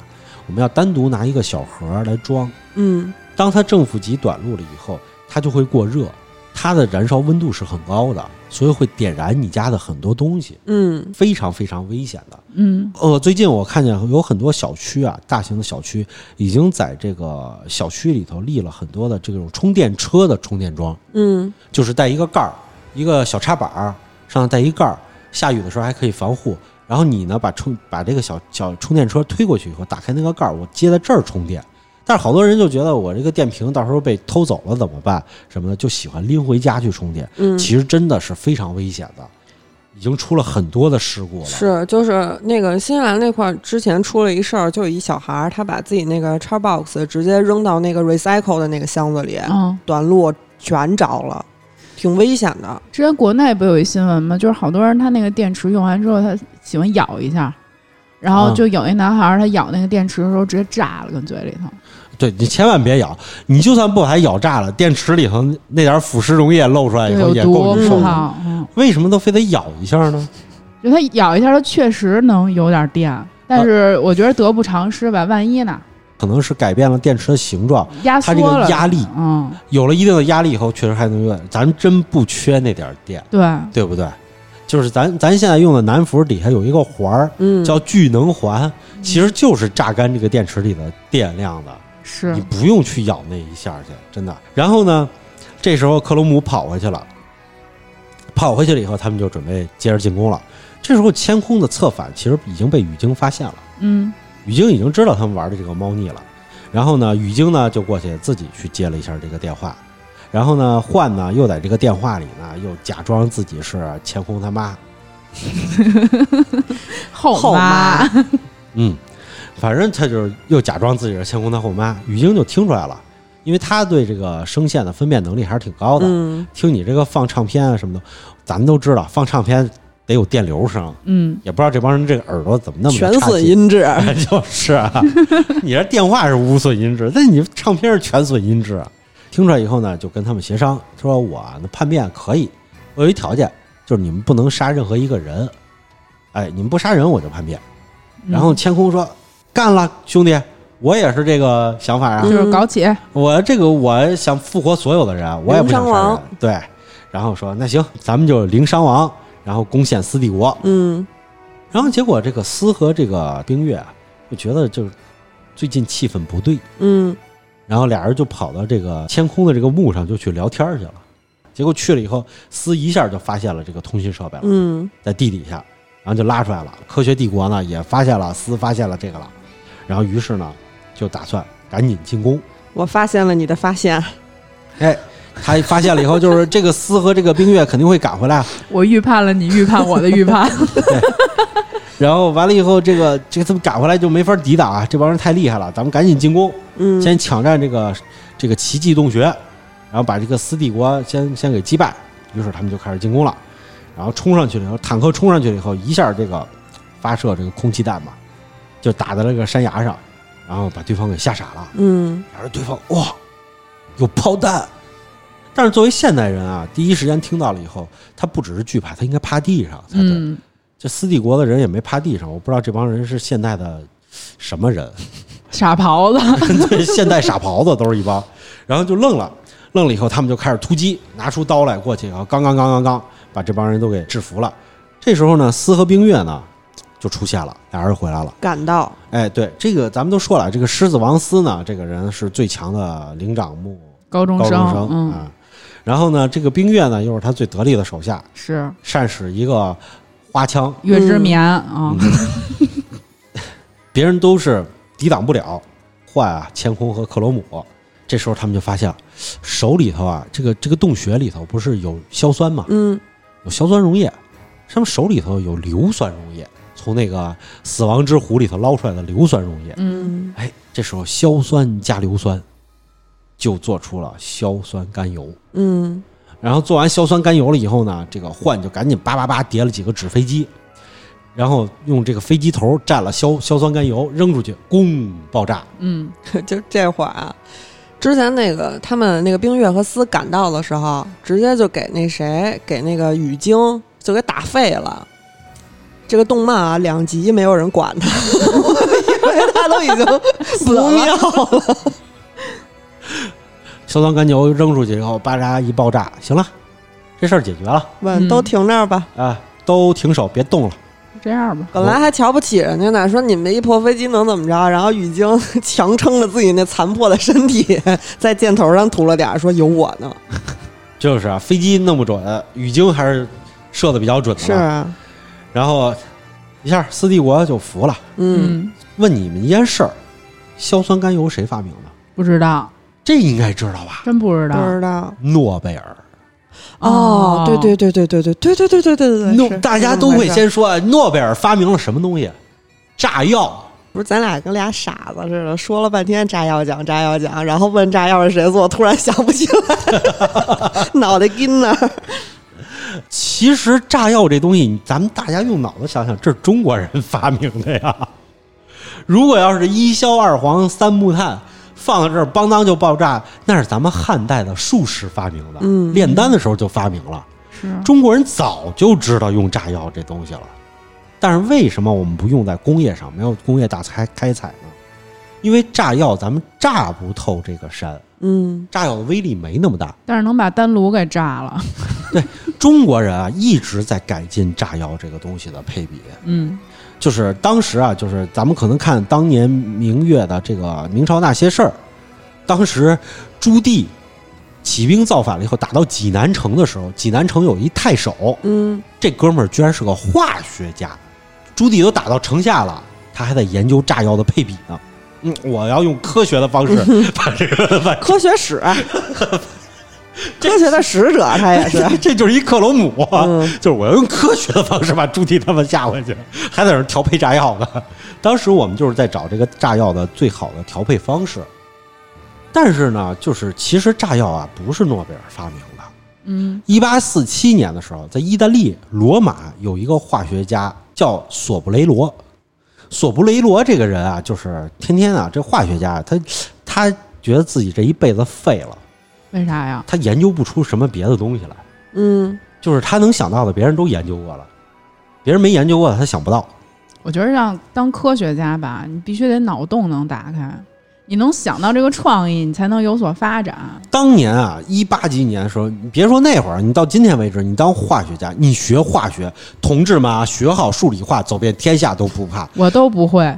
Speaker 2: 我们要单独拿一个小盒儿来装。
Speaker 3: 嗯
Speaker 2: 当它正负极短路了以后，它就会过热，它的燃烧温度是很高的，所以会点燃你家的很多东西，
Speaker 3: 嗯
Speaker 2: 非常非常危险的。
Speaker 1: 嗯
Speaker 2: 呃，最近我看见有很多小区啊，大型的小区已经在这个小区里头立了很多的这种充电车的充电桩，
Speaker 3: 嗯
Speaker 2: 就是带一个盖儿，一个小插板儿，上头带一盖儿，下雨的时候还可以防护。然后你呢，把充把这个小小充电车推过去以后，打开那个盖儿，我接在这儿充电。但是好多人就觉得我这个电瓶到时候被偷走了怎么办？什么的，就喜欢拎回家去充电。
Speaker 3: 嗯，
Speaker 2: 其实真的是非常危险的，已经出了很多的事故了。
Speaker 3: 是，就是那个新西兰那块儿之前出了一事儿，就有一小孩儿，他把自己那个叉 box 直接扔到那个 recycle 的那个箱子里，
Speaker 1: 嗯，
Speaker 3: 短路全着了，挺危险的。
Speaker 1: 之前国内不有一新闻吗？就是好多人他那个电池用完之后，他喜欢咬一下，然后
Speaker 2: 啊
Speaker 1: 就有一男孩儿他咬那个电池的时候直接炸了，跟嘴里头。
Speaker 2: 对你千万别咬，你就算不把它咬炸了，电池里头那点腐蚀溶液漏出来以
Speaker 1: 对，
Speaker 2: 后
Speaker 1: 有
Speaker 2: 也
Speaker 1: 毒
Speaker 2: 哎够
Speaker 1: 不
Speaker 2: 你受
Speaker 3: 嗯
Speaker 2: 的。
Speaker 1: 好。嗯，
Speaker 2: 为什么都非得咬一下呢？
Speaker 1: 就它咬一下，它确实能有点电，但是我觉得得不偿失吧，万一呢？
Speaker 2: 可能是改变了电池的形状，
Speaker 1: 压
Speaker 2: 它这
Speaker 1: 缩
Speaker 2: 个
Speaker 1: 了，
Speaker 2: 压力
Speaker 1: 嗯，
Speaker 2: 有了一定的压力以后，确实还能用。咱真不缺那点儿电，
Speaker 1: 对，
Speaker 2: 对不对？就是咱咱现在用的南孚底下有一个环儿
Speaker 3: 嗯，
Speaker 2: 叫聚能环，
Speaker 1: 嗯
Speaker 2: 其实就是榨干这个电池里的电量的。
Speaker 1: 是
Speaker 2: 你，不用去咬那一下去，真的。然后呢，这时候克罗姆跑回去了，跑回去了以后，他们就准备接着进攻了。这时候天空的策反其实已经被雨晶发现了，
Speaker 1: 嗯
Speaker 2: 雨晶已经知道他们玩的这个猫腻了。然后呢，雨晶呢就过去自己去接了一下这个电话，然后呢，幻呢又在这个电话里呢又假装自己是千空他妈，
Speaker 1: 后
Speaker 3: 后
Speaker 1: 妈，
Speaker 2: 嗯，反正他就是又假装自己是千空他后妈，雨晶就听出来了，因为他对这个声线的分辨能力还是挺高的，
Speaker 3: 嗯
Speaker 2: 听你这个放唱片啊什么的，咱们都知道放唱片得有电流声，
Speaker 1: 嗯，
Speaker 2: 也不知道这帮人这个耳朵怎么那么
Speaker 3: 全
Speaker 2: 的差
Speaker 3: 损
Speaker 2: 劲。
Speaker 3: 音质，
Speaker 2: 就是啊，你这电话是无损音质，但你唱片是全损音质。啊。听出来以后呢，就跟他们协商，说我啊那叛变可以，我有一条件，就是你们不能杀任何一个人。哎，你们不杀人我就叛变。
Speaker 1: 嗯
Speaker 2: 然后千空说：“干了，兄弟，我也是这个想法
Speaker 3: 嗯
Speaker 2: 啊。”
Speaker 1: 就是搞起，
Speaker 2: 我这个我想复活所有的人，啊我也不想
Speaker 3: 零伤
Speaker 2: 杀人
Speaker 3: 亡。
Speaker 2: 对，然后说那行，咱们就零伤亡，然后攻陷斯帝国。
Speaker 3: 嗯
Speaker 2: 然后结果这个斯和这个冰月啊，就觉得就是最近气氛不对，
Speaker 3: 嗯
Speaker 2: 然后俩人就跑到这个天空的这个墓上就去聊天去了。结果去了以后，斯一下就发现了这个通信设备了，
Speaker 3: 嗯
Speaker 2: 在地底下，然后就拉出来了。科学帝国呢也发现了，斯发现了这个了，然后于是呢就打算赶紧进攻。
Speaker 3: 我发现了你的发现，
Speaker 2: 哎，他发现了以后，就是这个丝和这个冰月肯定会赶回来。
Speaker 1: 我预判了你预判我的预 判，
Speaker 2: 然后完了以后，这个这个他们赶回来就没法抵挡啊！这帮人太厉害了，咱们赶紧进攻，
Speaker 3: 嗯
Speaker 2: 先抢占这个这个奇迹洞穴，然后把这个斯帝国先先给击败。于是他们就开始进攻了，然后冲上去了以后，坦克冲上去了以后，一下这个发射这个空气弹嘛，就打在了这个山崖上，然后把对方给吓傻了。
Speaker 3: 嗯
Speaker 2: 然后对方哇，有炮弹。但是作为现代人啊，第一时间听到了以后，他不只是惧怕，他应该趴地上才对。
Speaker 1: 嗯，
Speaker 2: 这斯帝国的人也没趴地上，我不知道这帮人是现代的什么人，
Speaker 1: 傻狍子，
Speaker 2: 对，现代傻狍子都是一帮。然后就愣了，愣了以后，他们就开始突击，拿出刀来过去，然后刚刚刚刚刚把这帮人都给制服了。这时候呢，斯和冰月呢就出现了，俩人回来了。
Speaker 3: 赶到，
Speaker 2: 哎，对，这个咱们都说了，这个狮子王斯呢，这个人是最强的灵长目
Speaker 1: 高中
Speaker 2: 高中
Speaker 1: 生
Speaker 2: 生，
Speaker 1: 嗯，
Speaker 2: 啊。然后呢，这个冰月呢，又是他最得力的手下，
Speaker 1: 是
Speaker 2: 善使一个花枪，
Speaker 1: 月之眠
Speaker 3: 嗯
Speaker 1: 啊，
Speaker 2: 别人都是抵挡不了。换啊，千空和克罗姆，这时候他们就发现手里头啊，这个这个洞穴里头不是有硝酸嘛，
Speaker 3: 嗯
Speaker 2: 有硝酸溶液，他们手里头有硫酸溶液，从那个死亡之湖里头捞出来的硫酸溶液。
Speaker 1: 嗯，
Speaker 3: 嗯
Speaker 2: 哎，这时候硝酸加硫酸，就做出了硝酸甘油。
Speaker 3: 嗯
Speaker 2: 然后做完硝酸甘油了以后呢，这个幻就赶紧叭叭叭叠了几个纸飞机，然后用这个飞机头蘸了硝硝酸甘油扔出去，咣爆炸。
Speaker 1: 嗯，
Speaker 3: 就这会儿啊，之前那个他们那个冰月和丝赶到的时候，直接就给那谁给那个雨晶就给打废了。这个动漫啊，两集没有人管他， 因为他都已经 不
Speaker 1: 了
Speaker 3: 妙了。
Speaker 2: 硝酸甘油扔出去以后，巴扎一爆炸，行了，这事儿解决了
Speaker 3: 问都停那儿吧。
Speaker 2: 啊，都停手，别动了。
Speaker 1: 嗯这样吧，
Speaker 3: 本来还瞧不起人家呢，说你们一破飞机能怎么着？然后雨晶强撑着自己那残破的身体，在箭头上涂了点儿，说有我呢。
Speaker 2: 就是啊，飞机弄不准，雨晶还是射的比较准的。
Speaker 3: 是啊，
Speaker 2: 然后呃一下斯帝国就服了。
Speaker 3: 嗯，
Speaker 1: 嗯，
Speaker 2: 问你们一件事儿，硝酸甘油谁发明的？
Speaker 1: 不知道，
Speaker 2: 这应该知道吧？
Speaker 1: 真不知
Speaker 3: 不
Speaker 1: 道。
Speaker 3: 知道。
Speaker 2: 诺贝尔，
Speaker 3: 哦，对对对对对对对对对对对对，
Speaker 2: 诺
Speaker 3: 是
Speaker 2: 大家
Speaker 3: 是
Speaker 2: 都
Speaker 3: 这么
Speaker 2: 会
Speaker 3: 回事
Speaker 2: 先说哎诺贝尔发明了什么东西？炸药。
Speaker 3: 不是咱俩跟俩傻子似的，说了半天炸药奖炸药奖，然后问炸药是谁做，突然想不起来，脑袋筋那儿。
Speaker 2: 其实炸药这东西，咱们大家用脑子想想，这是中国人发明的呀。 如果要是一硝二黄三木炭放到这儿，邦当就爆炸，那是咱们汉代的术士发明的，
Speaker 3: 嗯
Speaker 2: 炼丹的时候就发明了。
Speaker 1: 是
Speaker 2: 中国人早就知道用炸药这东西了，但是为什么我们不用在工业上，没有工业大开开采呢？因为炸药咱们炸不透这个山，
Speaker 3: 嗯，
Speaker 2: 炸药的威力没那么大。
Speaker 1: 但是能把丹炉给炸 了。
Speaker 2: 中国人啊一直在改进炸药这个东西的配比，
Speaker 1: 嗯
Speaker 2: 就是当时啊，就是咱们可能看当年明月的这个明朝那些事儿，当时朱棣起兵造反了以后，打到济南城的时候，济南城有一太守，
Speaker 3: 嗯，
Speaker 2: 这哥们儿居然是个化学家，朱棣都打到城下了，他还在研究炸药的配比呢。嗯，我要用科学的方式 把这个把
Speaker 3: 科学史，科学的使者，他也是。
Speaker 2: 这这就是一克罗姆啊，
Speaker 3: 嗯
Speaker 2: 就是我要用科学的方式把朱棣他们吓回去， 还在那儿调配炸药呢。 当时我们就是在找这个炸药的最好的调配方式，但是呢，就是其实炸药啊不是诺贝尔发明的。
Speaker 1: 嗯
Speaker 2: 一八四七年的时候，在意大利罗马有一个化学家叫索布雷罗。索布雷罗这个人啊，就是天天啊，这化学家啊他他觉得自己这一辈子废了，
Speaker 1: 为啥呀？
Speaker 2: 他研究不出什么别的东西来。
Speaker 3: 嗯，
Speaker 2: 就是他能想到的，别人都研究过了，别人没研究过的他想不到。
Speaker 1: 我觉得让当科学家吧，你必须得脑洞能打开，你能想到这个创意，你才能有所发展。
Speaker 2: 当年啊，一八几年的时候，你别说那会儿，你到今天为止，你当化学家，你学化学，同志们啊，学好数理化，走遍天下都不怕。
Speaker 1: 我都不会。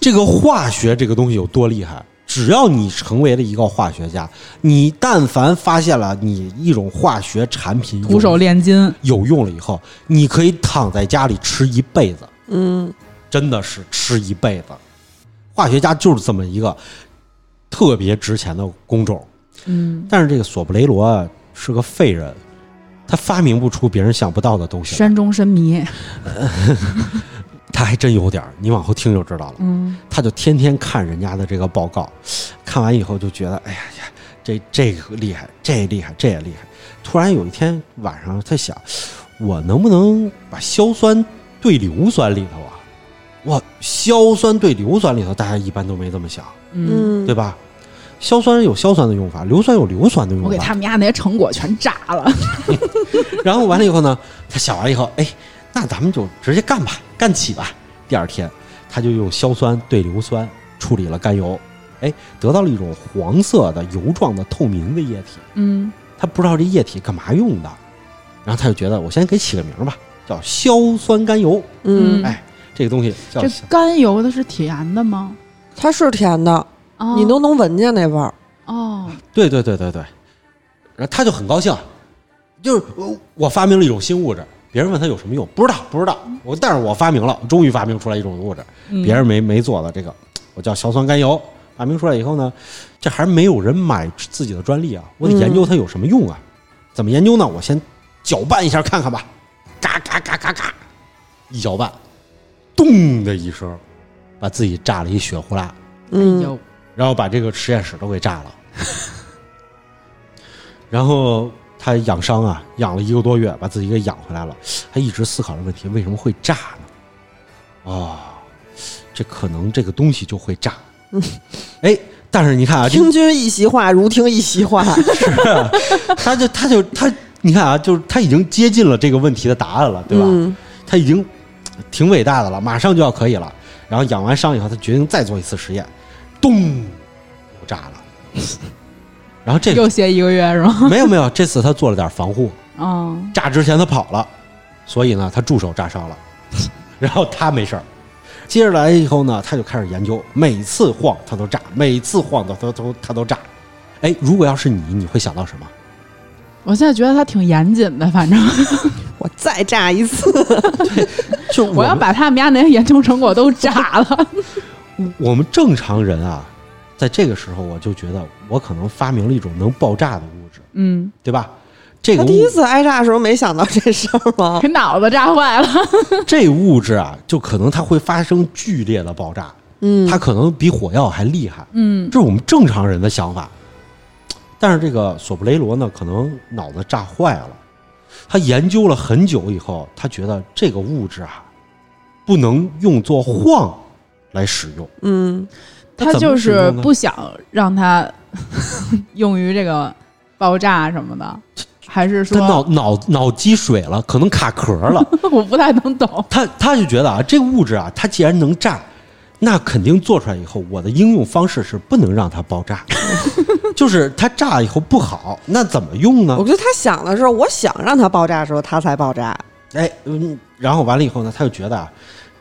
Speaker 2: 这个化学这个东西有多厉害？只要你成为了一个化学家，你但凡发现了你一种化学产品有
Speaker 1: 徒手炼金，
Speaker 2: 有用了以后，你可以躺在家里吃一辈子。
Speaker 3: 嗯，
Speaker 2: 真的是吃一辈子。化学家就是这么一个特别值钱的工种，
Speaker 1: 嗯，
Speaker 2: 但是这个索布雷罗啊是个废人，他发明不出别人想不到的东西来，
Speaker 1: 山中深迷，
Speaker 2: 他还真有点儿。你往后听就知道了。
Speaker 1: 嗯，
Speaker 2: 他就天天看人家的这个报告，看完以后就觉得，哎呀呀，这这个厉害，这厉害，这也厉害。突然有一天晚上，他想，我能不能把硝酸对硫酸里头啊？哇，硝酸对硫酸里头，大家一般都没这么想，
Speaker 1: 嗯，
Speaker 2: 对吧？硝酸有硝酸的用法，硫酸有硫酸的用
Speaker 1: 我给
Speaker 2: 法。
Speaker 1: 他们家那些成果全炸了。
Speaker 2: 然后完了以后呢，他想完以后，哎，那咱们就直接干吧，干起吧。第二天，他就用硝酸对硫酸处理了甘油，哎，得到了一种黄色的油状的透明的液体。
Speaker 1: 嗯
Speaker 2: 他不知道这液体干嘛用的，然后他就觉得我先给起个名儿吧，叫硝酸甘油。
Speaker 3: 嗯，
Speaker 2: 哎，这个东西叫
Speaker 1: 这甘油的是甜的吗？
Speaker 3: 它是甜的，
Speaker 1: 哦
Speaker 3: 你都能闻见那味儿。
Speaker 1: 哦，
Speaker 2: 对对对对对，然后他就很高兴，就是我我发明了一种新物质，别人问他有什么用，不知道不知道，我但是我发明了，我终于发明出来一种物质，
Speaker 1: 嗯
Speaker 2: 别人没没做的这个，我叫硝酸甘油，发明出来以后呢，这还没有人买自己的专利啊，我得研究它有什么用啊，怎么研究呢？我先搅拌一下看看吧，嘎嘎嘎嘎嘎，一搅拌，咚的一声，把自己炸了一血呼啦。
Speaker 1: 嗯，
Speaker 3: 嗯，
Speaker 1: 有
Speaker 2: 然后把这个实验室都给炸了。 然后他养伤啊，养了一个多月，把自己给养回来了。他一直思考这个问题：为什么会炸呢？啊、这可能这个东西就会 炸。哎，但是你看啊，这
Speaker 3: 听君一席话，如听一席话。
Speaker 2: 他就他就他，你看啊，就是他已经接近了这个问题的答案 了，对吧？
Speaker 3: 嗯
Speaker 2: 他已经呃挺伟大的了，马上就要可以了。然后 养完伤以后，他决定再做一次实验，咚，又炸了。然后这
Speaker 1: 又歇一个月是 吗？
Speaker 2: 没有没有，这次他做了点防 护，
Speaker 1: 嗯，
Speaker 2: 炸之前他跑了，所以呢，他助手炸伤 了，然后他没事儿。接着来以后呢，他就开始研究，每次晃他都炸，每次晃他都都他都炸。哎，如果要是你，你会想到什么？
Speaker 1: 我现在觉得他挺严谨的，反正
Speaker 3: 我再炸一次，
Speaker 2: 就我
Speaker 1: 我要
Speaker 2: 们
Speaker 1: 把他们家那些研究成果都炸了。
Speaker 2: 我们正常人啊，在这个时候我就觉得我可能发明了一种能爆炸的物质，
Speaker 1: 嗯，
Speaker 2: 对吧？这个
Speaker 3: 他第一
Speaker 2: 物
Speaker 3: 次挨炸的时候没想到这事儿吗
Speaker 1: 给？脑子炸坏了。
Speaker 2: 这物质啊，就可能它会发生剧烈的爆炸，
Speaker 3: 嗯，
Speaker 2: 它可能比火药还厉害。
Speaker 1: 嗯
Speaker 2: 这是我们正常人的想法。但是这个索布雷罗呢，可能脑子炸坏了，他研究了很久以后，他觉得这个物质啊，不能用作晃来使用。
Speaker 3: 嗯，
Speaker 1: 他
Speaker 2: 怎么
Speaker 1: 就
Speaker 2: 使
Speaker 1: 是
Speaker 2: 用呢
Speaker 1: 不想让它 用于这个爆炸什么的，还是
Speaker 2: 他脑
Speaker 1: 说
Speaker 2: 脑脑积水了，可能卡壳了。
Speaker 1: 我不太能懂？
Speaker 2: 他他就觉得啊，这个物质啊，它既然能炸，那肯定做出来以后，我的应用方式是不能让它爆炸， 就是它炸以后不好，那怎么用呢
Speaker 3: 我？觉得他想的是，我想让它爆炸的时候，它才爆炸。
Speaker 2: 哎，嗯，然后完了以后呢，他就觉得啊，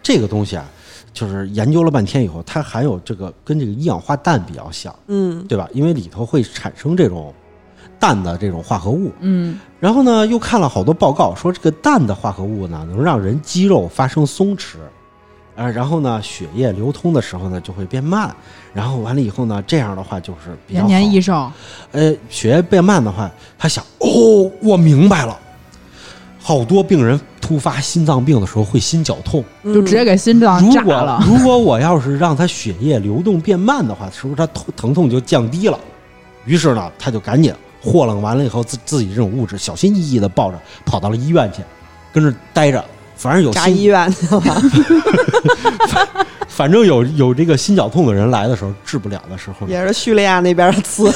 Speaker 2: 这个东西啊，就是研究了半天以后，它含有这个跟这个一氧化氮比较像，
Speaker 3: 嗯，
Speaker 2: 对吧？因为里头会产生这种氮的这种化合物。
Speaker 1: 嗯
Speaker 2: 然后呢，又看了好多报告，说这个氮的化合物呢，能让人肌肉发生松弛，啊，然后呢，血液流通的时候呢就会变慢，然后完了以后呢，这样的话就是比较
Speaker 1: 延年
Speaker 2: 好
Speaker 1: 益寿，
Speaker 2: 呃，血液变慢的话，他想，哦，我明白了，好多病人突发心脏病的时候会心绞痛，
Speaker 1: 就直接给心
Speaker 3: 啊
Speaker 1: 脏
Speaker 2: 如
Speaker 1: 炸
Speaker 2: 果
Speaker 1: 了。
Speaker 2: 如果我要是让他血液流动变慢的话，是不是他痛疼痛就降低了？于是呢，他就赶紧和弄完了以后，自自己这种物质小心翼翼的抱着跑到了医院去，跟这儿待着，反正有
Speaker 3: 炸
Speaker 2: 心
Speaker 3: 医院 去了。
Speaker 2: 反正有有这个心绞痛的人来的时候治不了的时候呢，
Speaker 3: 也是叙利亚那边的刺，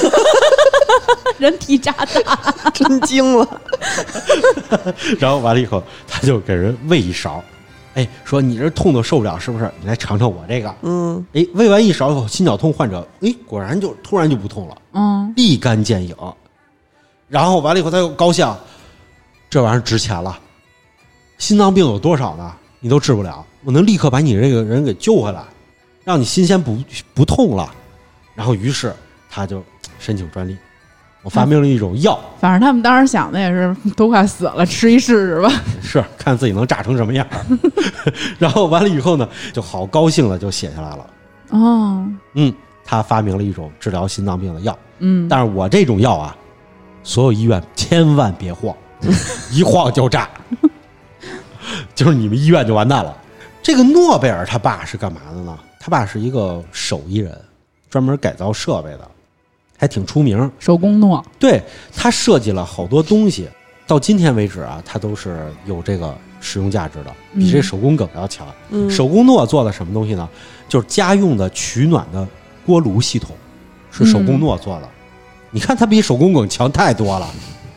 Speaker 1: 人体炸弹，
Speaker 3: 真惊了。
Speaker 2: 然后完了以后，他就给人喂一勺，哎，说你这痛的受不了是不是？你来尝尝我这个。
Speaker 3: 嗯，
Speaker 2: 哎，喂完一勺以后，心绞痛患者哎果然就突然就不痛了，
Speaker 1: 嗯，
Speaker 2: 立竿见影。然后完了以后，他又高兴，这玩意儿值钱了。心脏病有多少呢？你都治不了，我能立刻把你这个人给救回来，让你心先不不痛了。然后于是他就申请专利，我发明了一种药。
Speaker 1: 反正他们当时想的也是，都快死了，吃一试试吧。
Speaker 2: 是看自己能炸成什么样 儿。然后完了以后呢，就好高兴的就写下来了。
Speaker 1: 哦，
Speaker 2: 嗯，他发明了一种治疗心脏病的药，
Speaker 1: 嗯，
Speaker 2: 但是我这种药啊，所有医院千万别晃，一晃就炸，就是你们医院就完蛋了。这个诺贝尔他爸是干嘛的呢？他爸是一个手艺人，专门改造设备的，还挺出名。
Speaker 1: 手工诺，
Speaker 2: 对他设计了好多东西，到今天为止啊，它都是有这个使用价值的，比这
Speaker 1: 嗯
Speaker 2: 手工梗要强。
Speaker 3: 嗯
Speaker 2: 手工诺做的什么东西呢？就是家用的取暖的锅炉系统，是手工
Speaker 1: 嗯
Speaker 2: 诺做的。你看，它比手工梗强太 多了。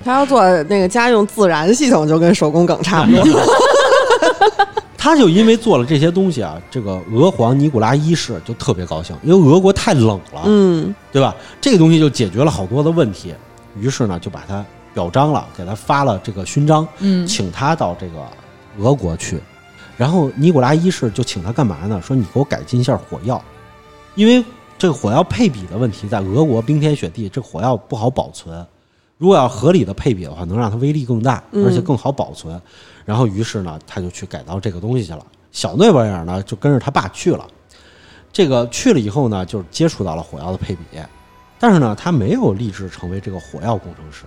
Speaker 3: 他要做那个家用自燃系统，就跟手工梗差不多。
Speaker 2: 他就因为做了这些东西啊，这个俄皇尼古拉一世就特别高兴，因为俄国太冷了，
Speaker 3: 嗯，
Speaker 2: 对吧？这个东西就解决了好多的问题，于是呢就把它表彰了，给他发了这个勋章。
Speaker 1: 嗯
Speaker 2: 请他到这个俄国去，然后尼古拉一世就请他干嘛呢？说你给我改进一下火药，因为这个火药配比的问题，在俄国冰天雪地，这火药不好保存。如果要合理的配比的话，能让它威力更大，
Speaker 3: 嗯
Speaker 2: 而且更好保存。然后于是呢，他就去改造这个东西去了。小诺贝尔呢，就跟着他爸去了。这个去了以后呢，就是接触到了火药的配比，但是呢，他没有立志成为这个火药工程师。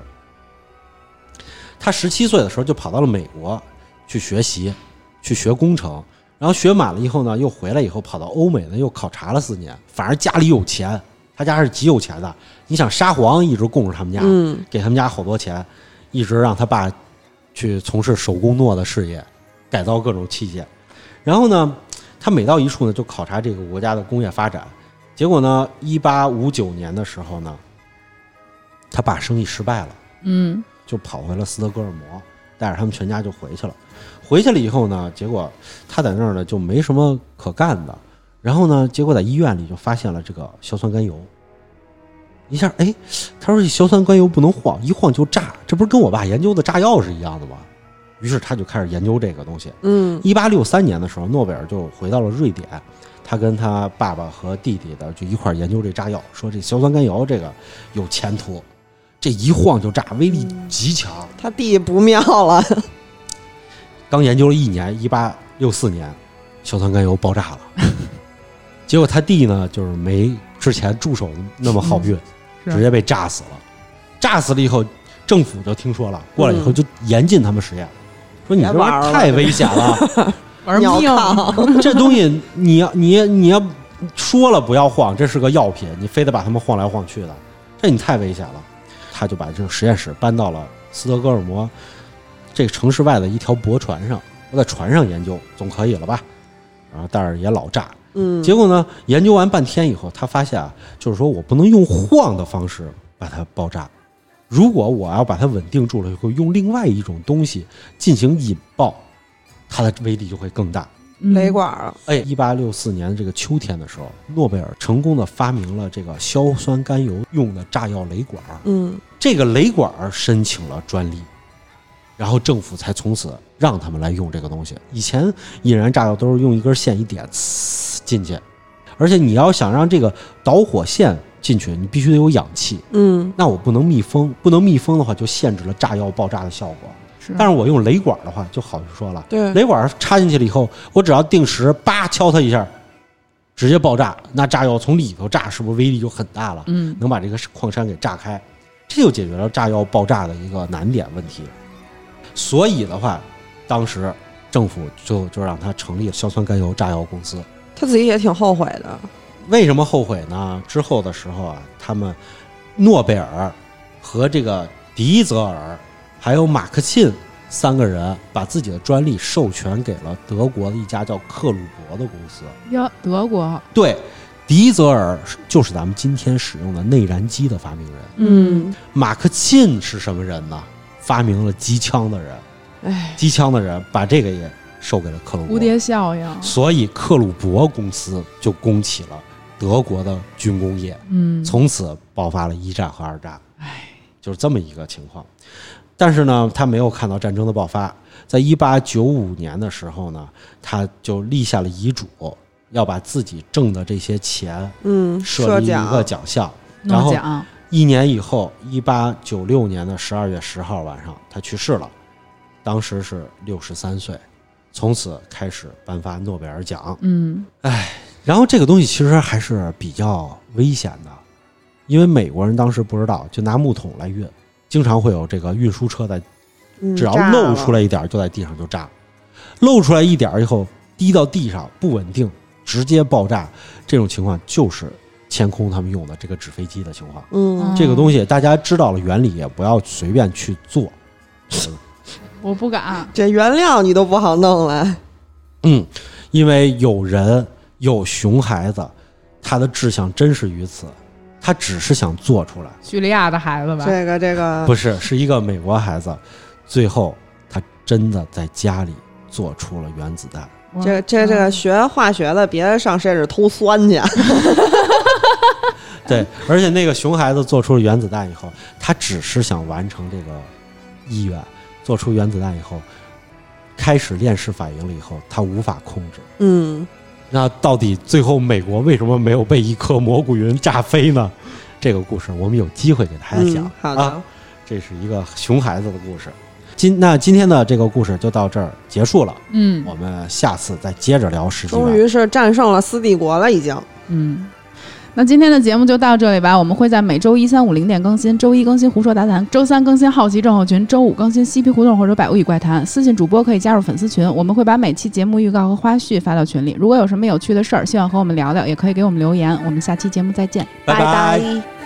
Speaker 2: 他十七岁的时候就跑到了美国去学习，去学工程，然后学满了以后呢，又回来以后跑到欧美呢又考察了四年，反而家里有钱，他家是极有钱的。你想沙皇一直供着他们家，
Speaker 3: 嗯
Speaker 2: 给他们家好多钱，一直让他爸去从事手工诺的事业，改造各种器械。然后呢，他每到一处呢，就考察这个国家的工业发展。结果呢，一八五九年的时候呢，他爸生意失败了，
Speaker 1: 嗯，
Speaker 2: 就跑回了斯德哥尔摩，带着他们全家就回去了。回去了以后呢，结果他在那儿呢就没什么可干的。然后呢，结果在医院里就发现了这个硝酸甘油，一下，哎，他说这硝酸甘油不能晃，一晃就炸，这不是跟我爸研究的炸药是一样的吗？于是他就开始研究这个东西。
Speaker 3: 嗯
Speaker 2: 一八六三年的时候，诺贝尔就回到了瑞典，他跟他爸爸和弟弟的就一块儿研究这炸药，说这硝酸甘油这个有前途，这一晃就炸，威力极强。
Speaker 3: 他弟不妙了，
Speaker 2: 刚研究了一年，一八六四年，硝酸甘油爆 炸了。结果他弟呢，就是没之前助手那么好运，
Speaker 1: 是
Speaker 2: 直接被炸死了。炸死了以后，政府就听说了，过来以后就严禁他们实验，说你这嗯玩意儿太危险了，
Speaker 1: 玩
Speaker 3: 鸟
Speaker 1: 命，
Speaker 3: 炕
Speaker 2: 这东西你要你要你要说了不要晃，这是个药品，你非得把他们晃来晃去的，这你太危险了。他就把这个实验室搬到了斯德哥尔摩这个城市外的一条驳船上，我在船上研究总可以了吧？然后但是也老炸，
Speaker 3: 嗯，
Speaker 2: 结果呢，研究完半天以后，他发现啊，就是说我不能用晃的方式把它爆炸。如果我要把它稳定住了以后，用另外一种东西进行引爆，它的威力就会更大。
Speaker 1: 嗯
Speaker 3: 雷管儿了，
Speaker 2: 哎，一八六四年这个秋天的时候，诺贝尔成功的发明了这个硝酸甘油用的炸药雷管儿。
Speaker 3: 嗯，
Speaker 2: 这个雷管儿申请了专利，然后政府才从此让他们来用这个东西。以前引燃炸药都是用一根线一点呲进去，而且你要想让这个导火线进去，你必须得有氧气。
Speaker 3: 嗯，
Speaker 2: 那我不能密封，不能密封的话就限制了炸药爆炸的效果。
Speaker 1: 是
Speaker 2: 但是我用雷管儿的话就好说了，
Speaker 3: 对，
Speaker 2: 雷管儿插进去了以后，我只要定时叭敲它一下，直接爆炸，那炸药从里头炸是不是威力就很大了？
Speaker 1: 嗯，
Speaker 2: 能把这个矿山给炸开，这就解决了炸药爆炸的一个难点问题。所以的话，当时政府就就让他成立硝酸甘油炸药公司。
Speaker 3: 他自己也挺后悔的，
Speaker 2: 为什么后悔呢？之后的时候啊，他们诺贝尔和这个迪泽尔还有马克沁三个人把自己的专利授权给了德国的一家叫克鲁伯的公司。
Speaker 1: 呀，德国，
Speaker 2: 对，迪泽尔就是咱们今天使用的内燃机的发明人。
Speaker 1: 嗯，
Speaker 2: 马克沁是什么人呢？发明了机枪的人，
Speaker 3: 哎，
Speaker 2: 机枪的人把这个也授给了克鲁
Speaker 1: 蝴
Speaker 2: 伯，
Speaker 1: 蝶效 应，
Speaker 2: 所以克鲁伯公司就供起了德国的军工业，
Speaker 1: 嗯，
Speaker 2: 从此爆发了一战和二战，
Speaker 1: 哎，
Speaker 2: 就是这么一个情况。但是呢，他没有看到战争的爆发。在一八九五年的时候呢，他就立下了遗嘱，要把自己挣的这些钱
Speaker 3: 嗯，
Speaker 2: 设
Speaker 3: 设
Speaker 2: 立一个
Speaker 3: 奖，
Speaker 2: 奖项，然
Speaker 1: 诺
Speaker 2: 后
Speaker 1: 奖，
Speaker 2: 一年以后，一八九六年的十二月十号晚上，他去世了，当时是六十三岁。从此开始颁发诺贝尔奖。
Speaker 1: 嗯，
Speaker 2: 然后这个东西其实还是比较危险的，因为美国人当时不知道，就拿木桶来运，经常会有这个运输车在，
Speaker 3: 嗯
Speaker 2: 只要
Speaker 3: 炸
Speaker 2: 露
Speaker 3: 了
Speaker 2: 出来一点儿就在地上就炸，露出来一点儿以后滴到地上不稳定，直接爆炸。这种情况就是天空他们用的这个纸飞机的情况。
Speaker 3: 嗯，
Speaker 2: 这个东西大家知道了原理，也不要随便去做。
Speaker 1: 我不敢，
Speaker 3: 这原料你都不好弄了，
Speaker 2: 嗯，因为有人有熊孩子，他的志向真是于此，他只是想做出来，
Speaker 1: 叙利亚的孩子吧，
Speaker 3: 这个这个
Speaker 2: 不是是一个美国孩子，最后他真的在家里做出了原子弹。
Speaker 1: 我
Speaker 3: 这这
Speaker 1: 嗯
Speaker 3: 这个学化学的，别上实验室偷酸去。哎
Speaker 2: 对，而且那个熊孩子做出了原子弹以后，他只是想完成这个意愿，做出原子弹以后，开始链式反应了以后，他无法控制。
Speaker 3: 嗯，
Speaker 2: 那到底最后美国为什么没有被一颗蘑菇云炸飞呢？这个故事我们有机会给大家讲、
Speaker 3: 嗯好的，
Speaker 2: 啊，这是一个熊孩子的故事。今那今天的这个故事就到这儿结束了，
Speaker 1: 嗯
Speaker 2: 我们下次再接着聊世纪
Speaker 3: 终
Speaker 2: 外。
Speaker 3: 于是战胜了斯帝国了，已经。
Speaker 1: 嗯。那今天的节目就到这里吧，我们会在每周一、三、五零点更新，周一更新《胡说杂谈》，周三更新《好奇症候群》，周五更新《嬉皮胡同》或者《百物语怪谈》。私信主播可以加入粉丝群，我们会把每期节目预告和花絮发到群里。如果有什么有趣的事儿，希望和我们聊聊，也可以给我们留言。我们下期节目再见。
Speaker 2: 拜拜。
Speaker 3: 拜